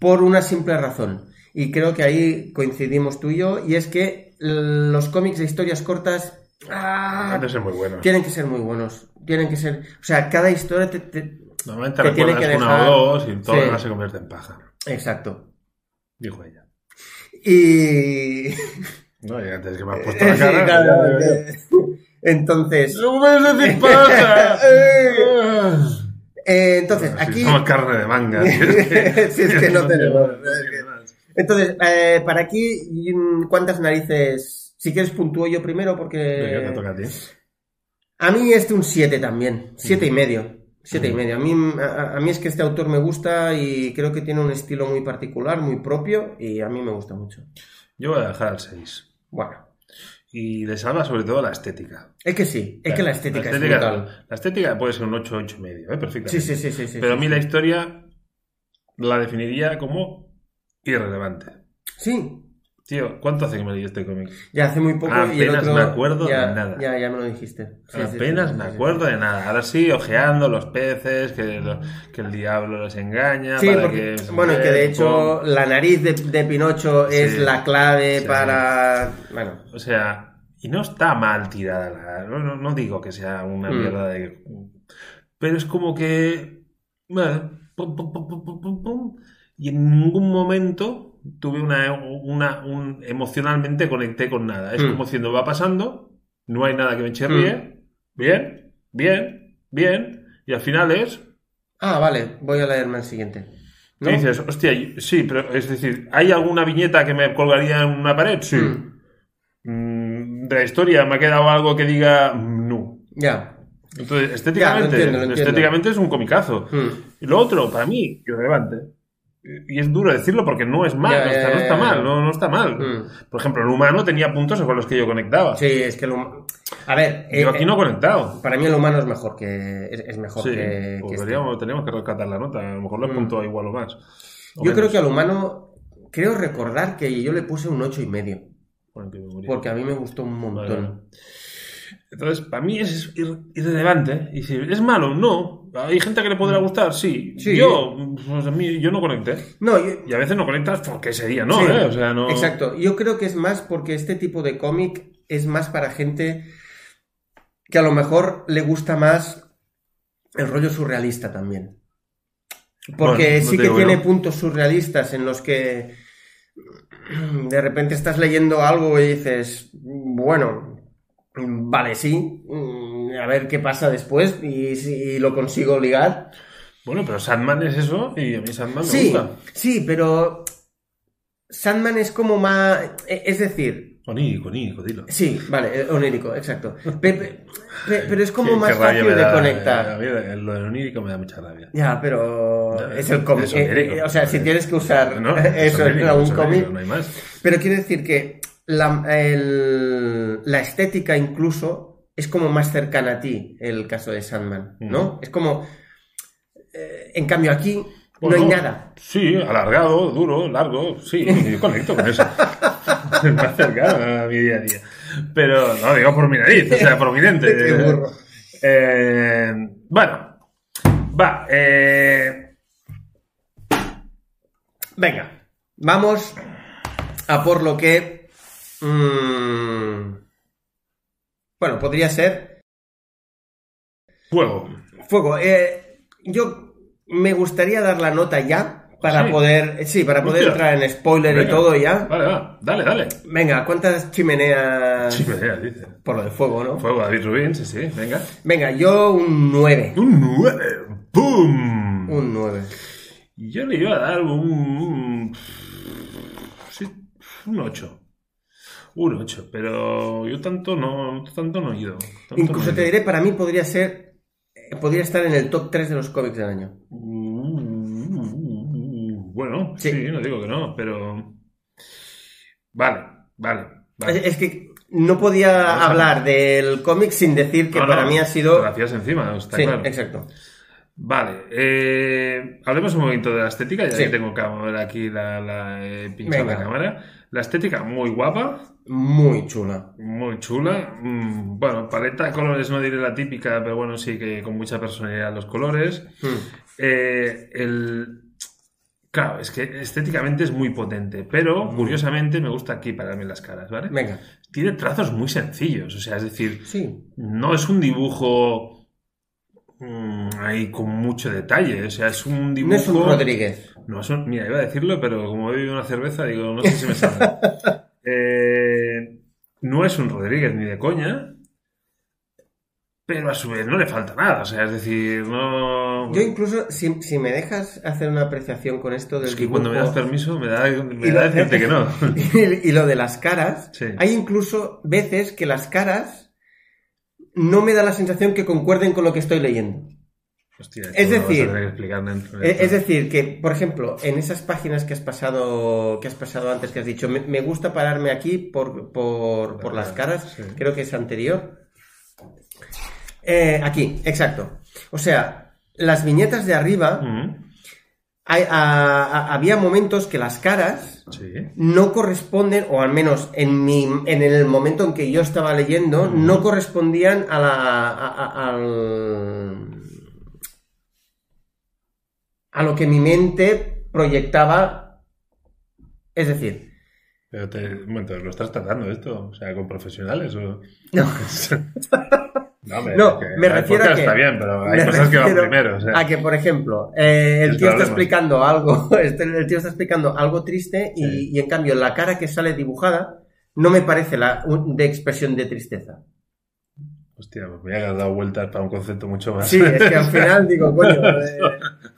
B: por una simple razón. Y creo que ahí coincidimos tú y yo, y es que l- los cómics de historias cortas... ¡ah!
A: Han de ser muy bueno.
B: Tienen que ser muy buenos. Tienen que ser. O sea, cada historia te. te-
A: Normalmente
B: que tiene
A: recuerdas
B: que
A: una
B: dejar-
A: o dos y todo
B: Sí.
A: lo demás se convierte en paja,
B: Exacto.
A: dijo ella.
B: Y.
A: No, ya antes que me has puesto
B: <laughs>
A: la
B: Sí,
A: Pues cara.
B: claro,
A: ya, ya, ya.
B: que- Entonces.
A: ¡No puedes
B: <laughs>
A: decir paja!
B: eh, entonces, aquí.
A: Si somos carne de manga.
B: <laughs>
A: si es
B: Si es que no tenemos.
A: <laughs> no tiene más.
B: Entonces, eh, para aquí, mm, ¿cuántas narices? Si quieres, puntúo yo primero porque.
A: Venga, te toca a ti.
B: A mí este un 7 también,
A: Mm.
B: 7 y medio. Siete y medio. A mí, a, a mí es que este autor me gusta y creo que tiene un estilo muy particular, muy propio, y a mí me gusta mucho.
A: Yo voy a dejar al 6.
B: Bueno,
A: Y le salva sobre todo la estética.
B: es que sí, es que la estética,
A: la
B: es
A: estética,
B: brutal.
A: la estética puede ser un 8, 8 y medio, ¿eh? perfectamente.
B: Sí, sí, sí, sí, sí.
A: Pero a
B: sí,
A: mí
B: sí.
A: la historia la definiría como irrelevante.
B: Sí,
A: Tío, ¿cuánto hace que me leí este cómic?
B: ya hace muy poco y el
A: Apenas
B: otro...
A: me acuerdo de
B: ya,
A: nada.
B: Ya, ya me lo dijiste. Sí, sí, sí,
A: Apenas
B: sí,
A: me
B: sí, sí.
A: acuerdo de nada. Ahora sí, ojeando los peces, que, lo- que el diablo los engaña.
B: Sí,
A: para
B: porque,
A: que-
B: bueno, que de hecho la nariz de, de Pinocho es
A: Sí,
B: la clave
A: sí.
B: para... Bueno,
A: O sea, y no está mal tirada. la- no, no- no digo que sea una
B: Mm.
A: mierda de. Pero es como que. bueno, pum, pum, pum, pum, pum, pum, pum, y en ningún momento tuve una. una un- emocionalmente conecté con nada. Es
B: Mm.
A: como diciendo, va pasando, no hay nada que me chirríe. Bien, bien, bien. Y al final es.
B: ah, vale, voy a leerme el siguiente.
A: que dices, hostia, y- sí, pero es decir, ¿hay alguna viñeta que me colgaría en una pared? Sí.
B: Mm,
A: Mm, de la historia me ha quedado algo que diga mm, no.
B: Ya.
A: Entonces, estéticamente,
B: entiendo, lo entiendo.
A: estéticamente es un comicazo.
B: Mm.
A: Y lo otro, para mí, irrelevante. Y es duro decirlo porque no es mal,
B: Ya,
A: no,
B: ya,
A: está, no
B: ya,
A: está
B: ya.
A: mal, no, no está mal.
B: Mm.
A: Por ejemplo, el humano tenía puntos con los que yo conectaba.
B: Sí, es que lo... A ver, eh,
A: yo aquí no he conectado.
B: para mí el humano es mejor que... Es, es mejor
A: Sí,
B: que... que este.
A: podríamos, tenemos que rescatar la nota. A lo mejor le
B: Mm.
A: apunto igual o más. O
B: Yo creo
A: menos.
B: que al humano... Creo recordar que yo le puse un ocho y medio,
A: Bueno, que me morí.
B: porque a mí me gustó un
A: Vale,
B: montón.
A: vale. Entonces, para mí es ir- irrelevante. Y si es malo, no. Hay gente que le podrá gustar, sí.
B: Sí.
A: Yo, pues a mí, yo no conecté.
B: No, yo,
A: Y a veces no conectas porque ese día no,
B: Sí,
A: ¿eh? O sea, no.
B: Exacto. Yo creo que es más porque este tipo de cómic es más para gente que a lo mejor le gusta más el rollo surrealista también. Porque
A: Bueno,
B: sí
A: no te
B: que
A: digo
B: tiene
A: no.
B: puntos surrealistas en los que de repente estás leyendo algo y dices, bueno, vale, sí, mm, a ver qué pasa después y si lo consigo ligar.
A: Bueno, pero Sandman es eso y a mí Sandman Ah, me
B: Sí,
A: gusta.
B: sí, pero Sandman es como más... e, Es decir,
A: Onírico, onírico, dilo.
B: Sí, vale, eh, onírico, exacto. Pe- pe- pe- pero es como
A: Qué-
B: más
A: qué rabia
B: fácil
A: me
B: de
A: da,
B: conectar.
A: eh, a mí lo del onírico me da mucha rabia.
B: Ya, pero
A: Ya,
B: es el cómic.
A: es
B: eh,
A: onírico.
B: eh, o sea, si tienes que usar
A: <laughs> No, es
B: <laughs> eso en
A: onírico,
B: algún
A: es onírico,
B: cómic.
A: No hay más.
B: Pero quiero decir que la, el- la estética incluso es como más cercana a ti el caso de Sandman, ¿no?
A: Ujú.
B: Es como... eh, en cambio aquí
A: Bueno,
B: no hay nada.
A: Sí, alargado, duro,
B: <laughs>
A: largo, sí, yo conecto con eso. <laughs> Es más cercano a mi día a día. Pero no digo por mi nariz, o sea, prominente.
B: <laughs> Qué burro.
A: Eh, bueno, va. Eh,
B: Venga, vamos a por lo que... mm, bueno, podría ser
A: juego.
B: Fuego, eh, yo me gustaría dar la nota ya para
A: Sí.
B: poder, sí, para poder
A: Hostia.
B: entrar en spoiler y
A: Venga.
B: todo ya.
A: Vale, va, dale, dale.
B: Venga, ¿cuántas chimeneas?
A: Sí, me dice.
B: Por lo de fuego, ¿no?
A: Fuego David Rubin, sí, sí, venga.
B: Venga, yo un 9.
A: Un 9. ¡Pum!
B: Un 9.
A: Yo le iba a dar un. un- sí, un 8. Un 8, pero yo tanto no, tanto no he ido. Tanto
B: Incluso
A: no
B: te
A: he ido.
B: diré, para mí podría ser, eh, podría estar en el top 3 de los cómics del año.
A: Bueno,
B: Sí.
A: sí. no digo que no, pero. Vale, vale. vale.
B: Es, es que no podía
A: No, no.
B: hablar del cómic sin decir que
A: No, no,
B: para mí ha sido...
A: te la hacías encima, está
B: sí,
A: claro.
B: exacto.
A: Vale, eh, hablemos un momento de la estética, ya
B: Sí.
A: que tengo que mover aquí la, la he pinchado
B: Venga.
A: la cámara. La estética muy guapa,
B: Muy chula.
A: muy chula. mm, bueno, paleta de colores no diré la típica, pero bueno, sí que con mucha personalidad los colores.
B: Mm.
A: Eh, el... Claro, es que estéticamente es muy potente, pero curiosamente me gusta aquí pararme las caras, ¿vale?
B: Venga.
A: Tiene trazos muy sencillos, o sea, es decir,
B: Sí.
A: no es un dibujo mm, ahí con mucho detalle. O sea, es un dibujo.
B: No es un Rodríguez.
A: No es un- Mira, iba a decirlo, pero como he bebido una cerveza, digo, no sé si
B: <laughs>
A: me sale. Eh, no es un Rodríguez ni de coña. Pero a su vez no le falta nada. O sea, es decir, no.
B: Yo incluso, si, si me dejas hacer una apreciación con esto del
A: Es que cuando me das
B: dibujo
A: permiso, me da, me
B: Y
A: da
B: lo-
A: decirte que
B: <laughs>
A: no.
B: y, y lo de las caras,
A: Sí.
B: hay incluso veces que las caras no me da la sensación que concuerden con lo que estoy leyendo.
A: Hostia,
B: Es
A: esto lo vas a
B: decir,
A: tener que explicar dentro de
B: Eh,
A: esto.
B: Es decir, que, por ejemplo, en esas páginas que has pasado, que has pasado antes, que has dicho, me, me gusta pararme aquí por, por, por las caras,
A: Ah, Sí.
B: creo que es anterior. Eh, aquí, exacto. O sea, las viñetas de arriba,
A: Mm,
B: hay- a- a- había momentos que las caras
A: Sí.
B: no corresponden, o al menos en, mi, en el momento en que yo estaba leyendo, no correspondían a la. a, a- al- a lo que mi mente proyectaba. Es decir,
A: Pero te, bueno, te lo estás tratando esto, o sea, con profesionales o...
B: no,
A: <laughs> No, me,
B: No,
A: que
B: me
A: el
B: refiero a
A: podcast
B: que-
A: Está bien, pero hay
B: me
A: cosas que van
B: refiero
A: primero. o sea.
B: a que, por ejemplo, eh, el
A: Es
B: tío está
A: problema.
B: explicando algo, <laughs> este- el tío está explicando algo triste y,
A: Sí.
B: y en cambio la cara que sale dibujada no me parece la un- de expresión de tristeza.
A: Hostia, pues me has dado vueltas para un concepto mucho más. <laughs>
B: Sí, es que al final digo, coño, eh,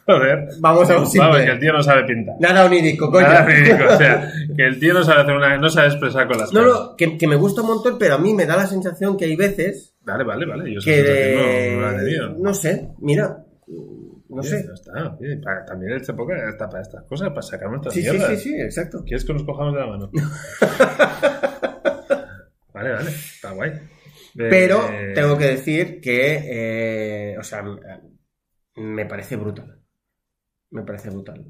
A: Joder.
B: vamos a un
A: Vamos, que el
B: simple.
A: tío no sabe pintar.
B: Nada onírico, coño.
A: Nada ridículo,
B: <laughs>
A: o sea, que el tío no sabe hacer una... No sabe expresar con las
B: No,
A: caras.
B: no, que, que me gusta un montón, pero a mí me da la sensación que hay veces
A: Vale, vale, vale. Yo
B: que...
A: sé que no, no la he tenido.
B: no sé, mira, no
A: Oye,
B: sé.
A: ya está. Oye, para- también esta época está para estas cosas, para sacar nuestras
B: Sí, sí,
A: mierdas.
B: sí, sí, exacto.
A: ¿Quieres que nos cojamos de
B: <laughs>
A: la mano? vale, vale. Está guay.
B: Pero
A: Eh,
B: tengo que decir que, eh, o sea, me parece brutal. Me parece brutal.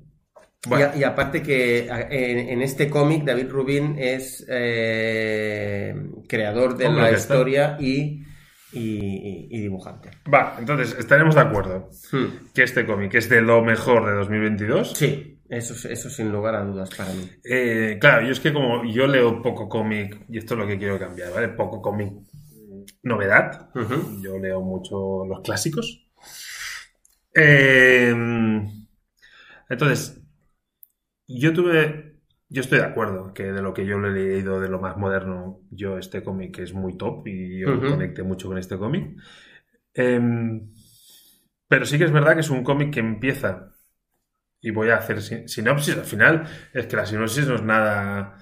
A: Bueno,
B: Y, a- y aparte que a- en, en este cómic David Rubin es eh, creador de
A: Hombre,
B: la
A: que está.
B: historia y, y- y- y dibujante.
A: va, entonces estaremos de acuerdo
B: Hmm.
A: que este cómic es de lo mejor de 2022.
B: Sí, eso, es- eso sin lugar a dudas para mí.
A: Eh, claro, yo es que como yo leo poco cómic, y esto es lo que quiero cambiar, ¿vale? Poco cómic mm, novedad. Yo leo mucho los clásicos. Eh, entonces, yo tuve. Yo estoy de acuerdo que de lo que yo le he leído de lo más moderno, yo este cómic es muy top y yo
B: Ujú.
A: conecté mucho con este cómic. Em, pero sí que es verdad que es un cómic que empieza. Y voy a hacer sin- sinopsis. Al final, es que la sinopsis no es nada.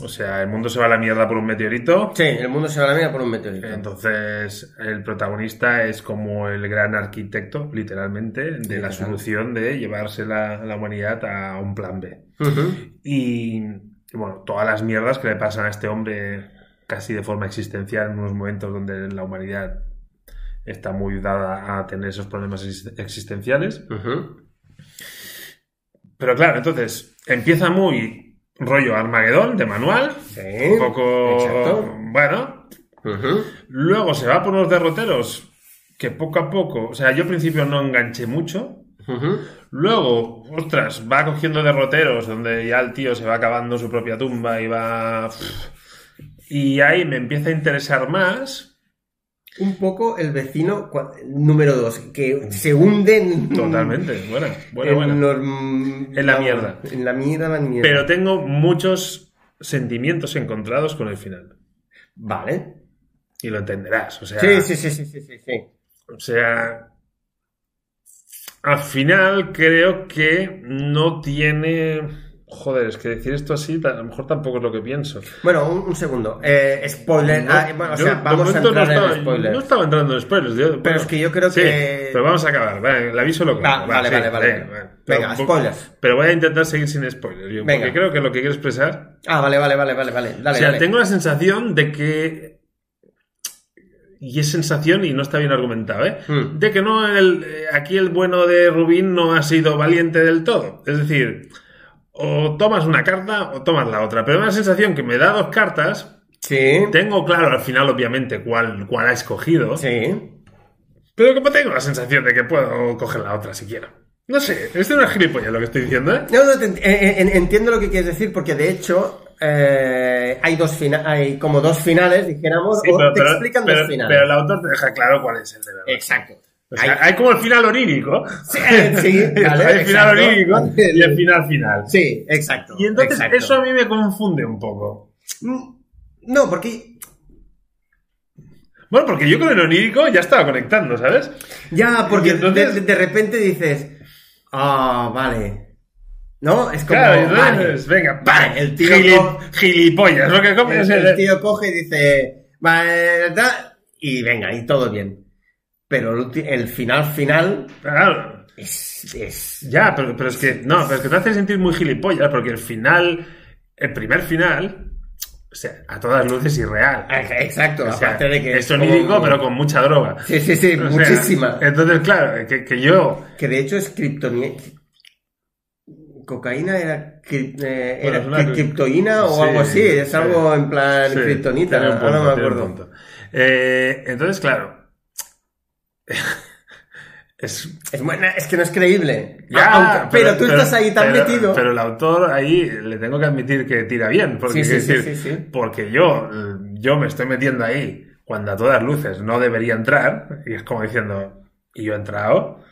A: O sea, el mundo se va a la mierda por un meteorito.
B: Sí, el mundo se va a la mierda por un meteorito.
A: Entonces, el protagonista es como el gran arquitecto, literalmente, de la
B: Literal.
A: solución de llevarse la, la humanidad a un plan B.
B: Ujú.
A: Y, y bueno, todas las mierdas que le pasan a este hombre casi de forma existencial en unos momentos donde la humanidad está muy dada a tener esos problemas exist- existenciales.
B: Ujú.
A: Pero claro, entonces, empieza muy rollo Armagedón de manual,
B: Sí.
A: un poco...
B: Exacto.
A: Bueno,
B: Ujú.
A: Luego se va por unos derroteros que poco a poco, o sea, yo al principio no enganché mucho.
B: Ujú.
A: Luego, ostras, va cogiendo derroteros donde ya el tío se va acabando su propia tumba y va. Y ahí me empieza a interesar más.
B: Un poco el vecino cua- número dos, que se hunde en,
A: Totalmente, buena, buena,
B: Mm. en
A: buena.
B: los-
A: En la mierda.
B: En la mierda, la mierda.
A: Pero tengo muchos sentimientos encontrados con el final.
B: Vale.
A: Y lo entenderás, o sea.
B: Sí, sí, sí, sí, sí, sí, sí.
A: O sea, al final creo que no tiene... Joder, es que decir esto así ta- a lo mejor tampoco es lo que pienso.
B: Bueno, un, un segundo. Eh, spoiler. Ah, eh, bueno, o
A: Yo,
B: sea,
A: de
B: vamos a
A: momento
B: entrar
A: no estaba,
B: en spoiler.
A: no estaba entrando en spoilers. yo-
B: Pero es que yo creo
A: sí,
B: que-
A: Pero vamos a acabar, vale, el aviso lo
B: Va,
A: corto,
B: vale,
A: sí,
B: vale, vale.
A: venga, vale. Pero
B: Venga,
A: un poco-
B: spoilers.
A: Pero voy a intentar seguir sin spoilers, yo,
B: Venga.
A: porque creo que lo que quiero expresar
B: Ah, vale, vale, vale, vale, vale. Dale,
A: o sea,
B: dale.
A: tengo la sensación de que. Y es sensación, y no está bien argumentado, ¿eh?
B: Mm.
A: De que no el, eh, aquí el bueno de Rubín no ha sido valiente del todo. Es decir, o tomas una carta o tomas la otra. Pero una sensación que me da dos cartas.
B: Sí.
A: Tengo claro al final, obviamente, cuál, cuál ha escogido.
B: Sí.
A: Pero como tengo la sensación de que puedo coger la otra si quiero. No sé, esto no es gilipollas lo que estoy diciendo, ¿eh?
B: No, no, te- eh, eh, entiendo lo que quieres decir porque de hecho eh, hay dos fina- hay como dos finales, dijéramos,
A: Sí,
B: o te explican
A: pero-
B: dos finales.
A: pero la otra te deja claro cuál es el de verdad.
B: Exacto.
A: O sea, hay como el final onírico.
B: Sí, eh, sí, <laughs>
A: <laughs>
B: vale,
A: el final
B: exacto.
A: onírico y el final final.
B: Sí, exacto.
A: Y entonces
B: exacto.
A: eso a mí me confunde un poco.
B: Mm, No, porque
A: Bueno, porque yo con el onírico ya estaba conectando, ¿sabes?
B: ya, porque
A: Y entonces-
B: de, de repente dices, ah, vale. No, es como,
A: Claro, y
B: vale.
A: entonces, venga,
B: Vale,
A: ¡pam!
B: el tío
A: Gili-
B: co-
A: gilipollas, lo que comes
B: El,
A: es
B: el tío coge y dice, vale, eh, da- y venga, y todo bien. Pero el, ulti- el final final
A: Claro,
B: es... es-
A: Ya, pero, pero es que no, pero es que te hace sentir muy gilipollas porque el final, el primer final, o sea, a todas luces irreal.
B: Exacto,
A: O sea,
B: aparte de que...
A: es sonírico,
B: como-
A: pero con mucha droga.
B: Sí, sí, sí,
A: O sea,
B: muchísima.
A: entonces, claro, que, que yo.
B: Que de hecho es kriptonita. Cocaína era, cri- eh,
A: Bueno,
B: era
A: es una-
B: cri- criptoína o
A: Sí,
B: algo así, es
A: sí.
B: algo en plan
A: sí,
B: kriptonita,
A: tiene un
B: ahora
A: punto,
B: Ah, no me
A: tiene un
B: acuerdo.
A: punto. Eh, entonces, claro. <laughs> es,
B: Es, buena- es que no es creíble.
A: ya,
B: Ah, aunque- pero, tú estás ahí tan
A: pero-
B: metido.
A: Pero el autor ahí le tengo que admitir que tira bien. Porque,
B: sí, sí,
A: quiero
B: sí,
A: decir,
B: sí, sí.
A: Porque yo, eh, yo me estoy metiendo ahí cuando a todas luces no debería entrar, y es como diciendo, y yo he entrado.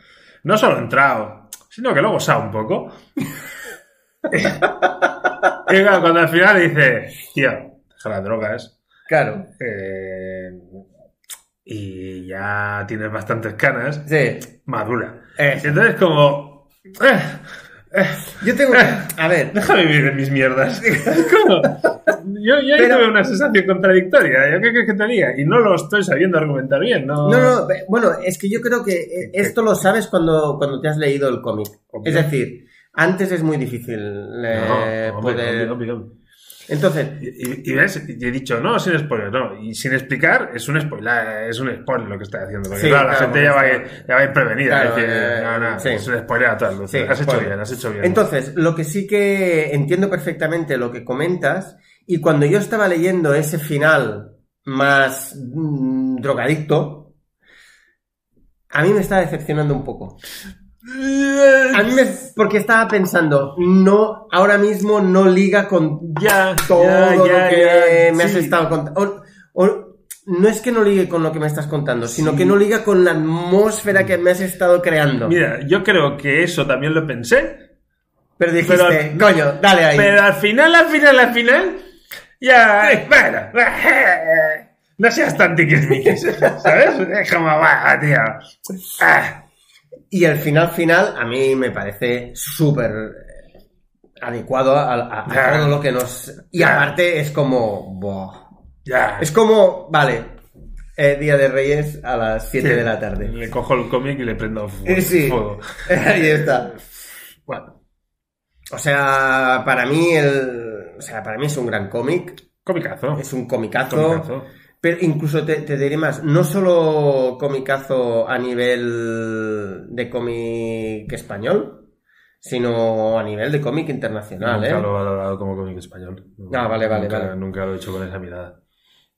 A: No solo he entrado, sino que lo he gozado un poco. <laughs> y claro, cuando al final dice, tío, deja las drogas,
B: Claro.
A: eh, y ya tienes bastantes canas,
B: Sí.
A: madura.
B: Eh,
A: Entonces, como, eh,
B: yo
A: <laughs>
B: tengo. A ver.
A: Deja vivir mis mierdas. <laughs> ¿Cómo? Yo, yo ahí
B: Pero-
A: tuve una sensación contradictoria. ¿Yo qué crees que tenía? Y no lo estoy sabiendo argumentar bien. No,
B: No, no, eh, bueno, es que yo creo que eh, esto lo sabes cuando, cuando te has leído el cómic.
A: Obvio.
B: Es decir, antes es muy difícil eh,
A: No, hombre,
B: poder.
A: obvio, obvio, obvio.
B: Entonces,
A: Y, y- y ves, y he dicho, no, sin spoiler, no. Y sin explicar, es un spoiler, es un spoiler lo que estoy haciendo. Porque
B: Sí,
A: claro, la
B: claro,
A: gente ya va,
B: porque
A: ya va imprevenida.
B: Claro,
A: es
B: eh,
A: no, no,
B: sí.
A: es un spoiler a todas luces.
B: Sí,
A: has hecho
B: spoiler.
A: bien, has hecho bien.
B: Entonces, lo que sí que entiendo perfectamente lo que comentas, y cuando yo estaba leyendo ese final más mm, drogadicto, a mí me está decepcionando un poco. A mí me, porque estaba pensando, no, ahora mismo no liga con
A: Ya,
B: todo
A: ya,
B: lo
A: ya,
B: que
A: ya,
B: me has
A: sí.
B: estado contando. no es que no ligue con lo que me estás contando, sino
A: Sí.
B: que no liga con la atmósfera que me has estado creando.
A: Mira, yo creo que eso también lo pensé.
B: pero dijiste,
A: pero-
B: coño, dale ahí.
A: Pero al final, al final, al final, ya. Bueno, <laughs> no seas tan tiquismiquis, <laughs> ¿sabes? Es como, va, tío. Ah,
B: Y el final final a mí me parece súper eh, adecuado a, a- a
A: Ya.
B: todo lo que nos... Y aparte es como... buah.
A: ya.
B: Es como... Vale, eh, Día de Reyes a las 7 de la tarde. <laughs>
A: Le cojo el cómic y le prendo fu-
B: Eh, sí.
A: fuego.
B: Ahí está.
A: Bueno,
B: O sea, para mí el... O sea, para mí es un gran cómic,
A: comicazo.
B: es un comicazo,
A: comicazo.
B: pero incluso te, te diré más, no solo comicazo a nivel de cómic español, sino a nivel de cómic internacional,
A: nunca
B: ¿eh?
A: lo he valorado como cómic español.
B: Ah, vale, vale,
A: Nunca-
B: vale.
A: Nunca lo he hecho con esa mirada.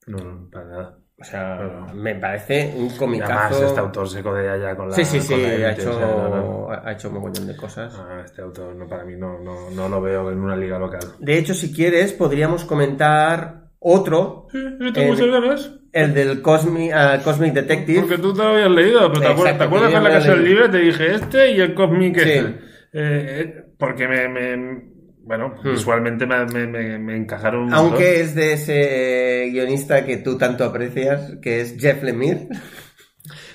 A: No, no, para nada.
B: O sea,
A: Claro.
B: me parece un
A: Y Además, este
B: comicazo.
A: autor se codea ya con la.
B: Sí, sí, sí,
A: con la
B: ha
A: élite, o
B: hecho,
A: sea, no, no.
B: ha hecho un mogollón de cosas.
A: Ah, este autor no, para mí no, no, no lo veo en una liga local.
B: De hecho, si quieres, podríamos comentar otro,
A: Sí, yo
B: tengo Eh, muchas
A: ganas.
B: el del Cosmic, ah, Cosmic Detective.
A: Porque tú te lo habías leído, pero te acuerdas,
B: Exacto,
A: ¿te acuerdas
B: yo
A: que en
B: me
A: la
B: lo
A: casa del
B: leí.
A: libro te dije este y el Cosmic
B: Sí.
A: este? Eh, eh, porque me, me- bueno,
B: Hmm.
A: visualmente me, me- me- me encajaron un montón.
B: Aunque es de ese guionista que tú tanto aprecias, que es Jeff Lemire.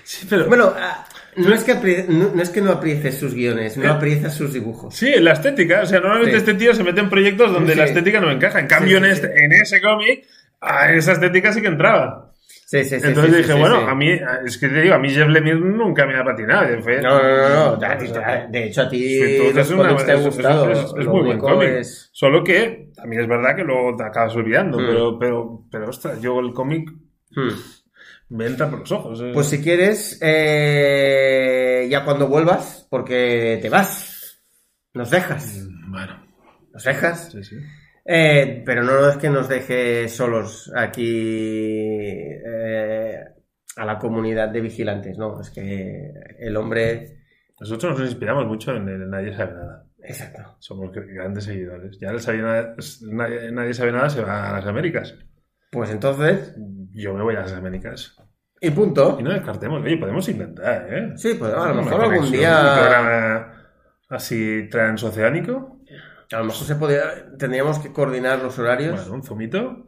A: Sí, pero
B: Bueno, ah, no es que, apri- no, no es que no aprieces sus guiones, no aprieces sus dibujos.
A: sí, la estética, o sea, normalmente
B: Sí.
A: este tío se mete en proyectos donde
B: Sí.
A: la estética no encaja. En cambio,
B: Sí,
A: en,
B: sí,
A: este, en ese cómic, a esa estética sí que entraba.
B: Sí, sí, sí.
A: Entonces
B: sí, sí,
A: dije,
B: sí,
A: bueno,
B: sí.
A: a mí, es que te digo, a mí Jeff Lemire nunca me ha patinado. Fue-
B: No, no, no, no.
A: o
B: a ti te-
A: sea,
B: de hecho, a ti
A: Entonces,
B: los
A: es una-
B: cómics te han
A: es- es-
B: gustado.
A: es- es- es
B: Lo
A: muy buen
B: único
A: cómic.
B: es-
A: Solo que también es verdad que luego te acabas olvidando,
B: Mm.
A: pero, pero, pero ostras, yo el cómic me entra por los ojos. eh.
B: hmm. Pues si quieres, eh, ya cuando vuelvas, porque te vas. Nos dejas.
A: Bueno,
B: Nos dejas.
A: sí, sí.
B: Eh, pero no es que nos deje solos aquí eh, a la comunidad de vigilantes, ¿no? Es que el hombre...
A: Nosotros nos inspiramos mucho en el Nadie sabe nada.
B: Exacto.
A: Somos gr- grandes seguidores. Ya el Sabía Nada- nadie, nadie sabe nada se va a las Américas.
B: Pues entonces...
A: Yo me voy a las Américas.
B: Y punto.
A: Y no descartemos, oye, podemos intentar, ¿eh?
B: Sí, pues a lo
A: Una
B: mejor algún
A: conexión, Un
B: día...
A: programa así transoceánico.
B: A lo mejor se podría... Tendríamos que coordinar los horarios.
A: Bueno, un zumito.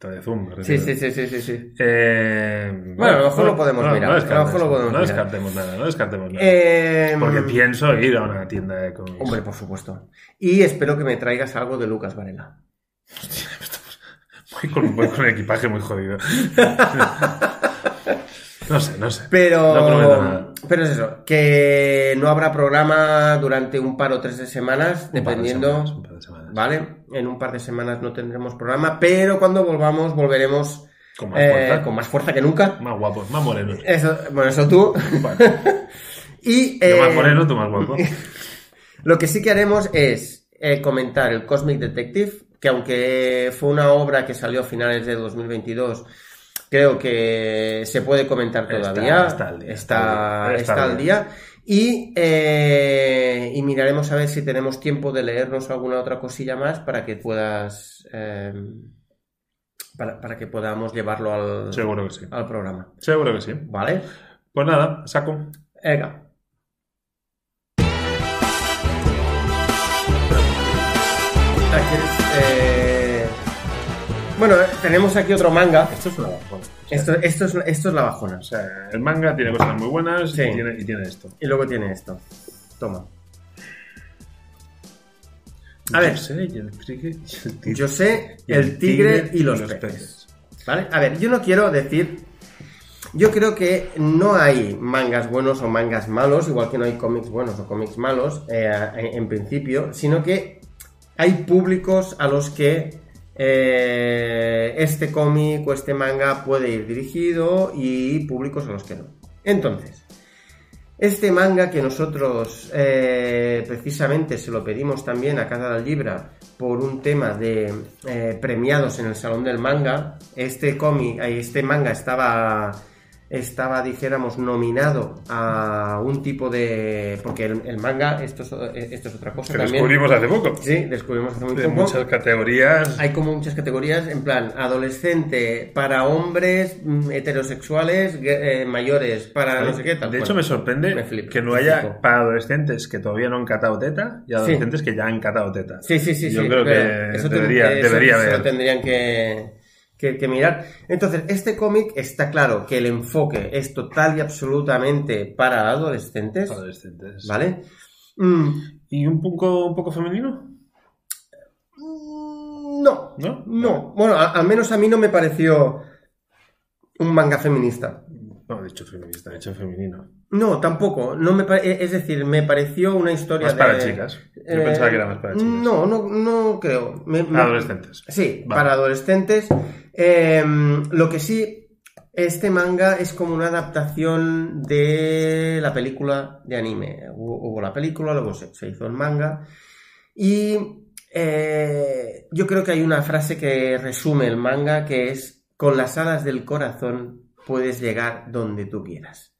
A: Zumito de zoom. me
B: Sí,
A: refiero.
B: sí, sí, sí, sí, sí.
A: Eh,
B: Bueno, a lo mejor lo podemos mirar, a lo
A: descartemos,
B: mejor lo podemos
A: no
B: mirar.
A: descartemos nada, no descartemos nada.
B: Eh,
A: Porque pienso ir a una tienda de cómics.
B: Hombre, por supuesto. Y espero que me traigas algo de Lucas Varela.
A: Voy <laughs> con, voy con el equipaje
B: <laughs>
A: muy jodido. No sé, no sé.
B: Pero,
A: No prometo nada.
B: pero es eso, que no habrá programa durante un par o tres de semanas,
A: Un par de
B: dependiendo.
A: semanas, un par de semanas.
B: Vale, en un par de semanas no tendremos programa, pero cuando volvamos, volveremos
A: Con más
B: eh,
A: fuerza.
B: con más fuerza que nunca.
A: Más guapos, más
B: <laughs>
A: morenos.
B: Eso, bueno, eso tú.
A: Bueno,
B: Y
A: yo más
B: eh,
A: moreno, tú
B: <laughs>
A: más guapo.
B: lo que sí que haremos es eh, comentar el Cosmic Detective, que aunque fue una obra que salió a finales de 2022, creo que se puede comentar
A: Está-
B: todavía.
A: está al día,
B: Está,
A: está al día,
B: está al día. Y, eh, y miraremos a ver si tenemos tiempo de leernos alguna otra cosilla más para que puedas. eh, para, para que podamos llevarlo al,
A: Seguro que sí.
B: al programa.
A: Seguro que sí.
B: ¿Vale?
A: Pues nada, saco.
B: Venga. Ah, ¿quieres, eh? Bueno, eh, tenemos aquí otro manga.
A: Esto es una bajona. O sea,
B: Esto, esto, es, esto es la bajona.
A: o sea, el manga tiene cosas muy buenas
B: Sí.
A: y, tiene, y tiene esto.
B: Y luego tiene esto. Toma. A ver.
A: Yo sé, y el tigre. y el tigre-
B: Yo sé <laughs>
A: y
B: el tigre y los peces. ¿Vale? A ver, yo no quiero decir. Yo creo que no hay mangas buenos o mangas malos, igual que no hay cómics buenos o cómics malos, eh, en, en principio, sino que hay públicos a los que eh, este cómic o este manga puede ir dirigido y públicos a los que no. Entonces, este manga que nosotros eh, precisamente se lo pedimos también a Casa del Libra por un tema de eh, premiados en el Salón del Manga, este cómic, eh, este manga estaba, estaba, dijéramos, nominado a un tipo de... porque el, el manga, esto es, esto es otra cosa
A: Que
B: también.
A: descubrimos hace poco.
B: Sí, descubrimos hace muy
A: De
B: poco.
A: muchas categorías.
B: Hay como muchas categorías, en plan, adolescente, para hombres, mm, heterosexuales, gue- eh, mayores, para no sé qué tal.
A: de
B: cual.
A: hecho, me sorprende
B: Me flipa,
A: que no
B: me
A: haya
B: flipo.
A: para adolescentes que todavía no han catado teta y adolescentes que ya han catado teta.
B: Sí, sí, sí.
A: Yo
B: sí,
A: creo que
B: claro. ten-
A: debería-
B: eso-
A: debería
B: eso
A: haber.
B: lo tendrían que, que- que mirar. Entonces, este cómic está claro que el enfoque es total y absolutamente para adolescentes,
A: Adolescentes.
B: ¿vale? Mm,
A: ¿Y un poco, un poco femenino?
B: mm, no,
A: ¿No?
B: no. Bueno, a- al menos a mí no me pareció un manga feminista.
A: No, he dicho feminista, he dicho femenino.
B: No, tampoco. No me pare- e-, es decir, me pareció una historia
A: Más para
B: de-
A: chicas. Yo
B: eh,
A: pensaba que era más para chicas.
B: No, no, no creo. Me- me-
A: Adolescentes.
B: Sí,
A: Vale.
B: para adolescentes. Eh, lo que sí, este manga es como una adaptación de la película de anime. Hubo, hubo la película, luego se, se hizo el manga. Y eh, yo creo que hay una frase que resume el manga que es, con las alas del corazón puedes llegar donde tú quieras.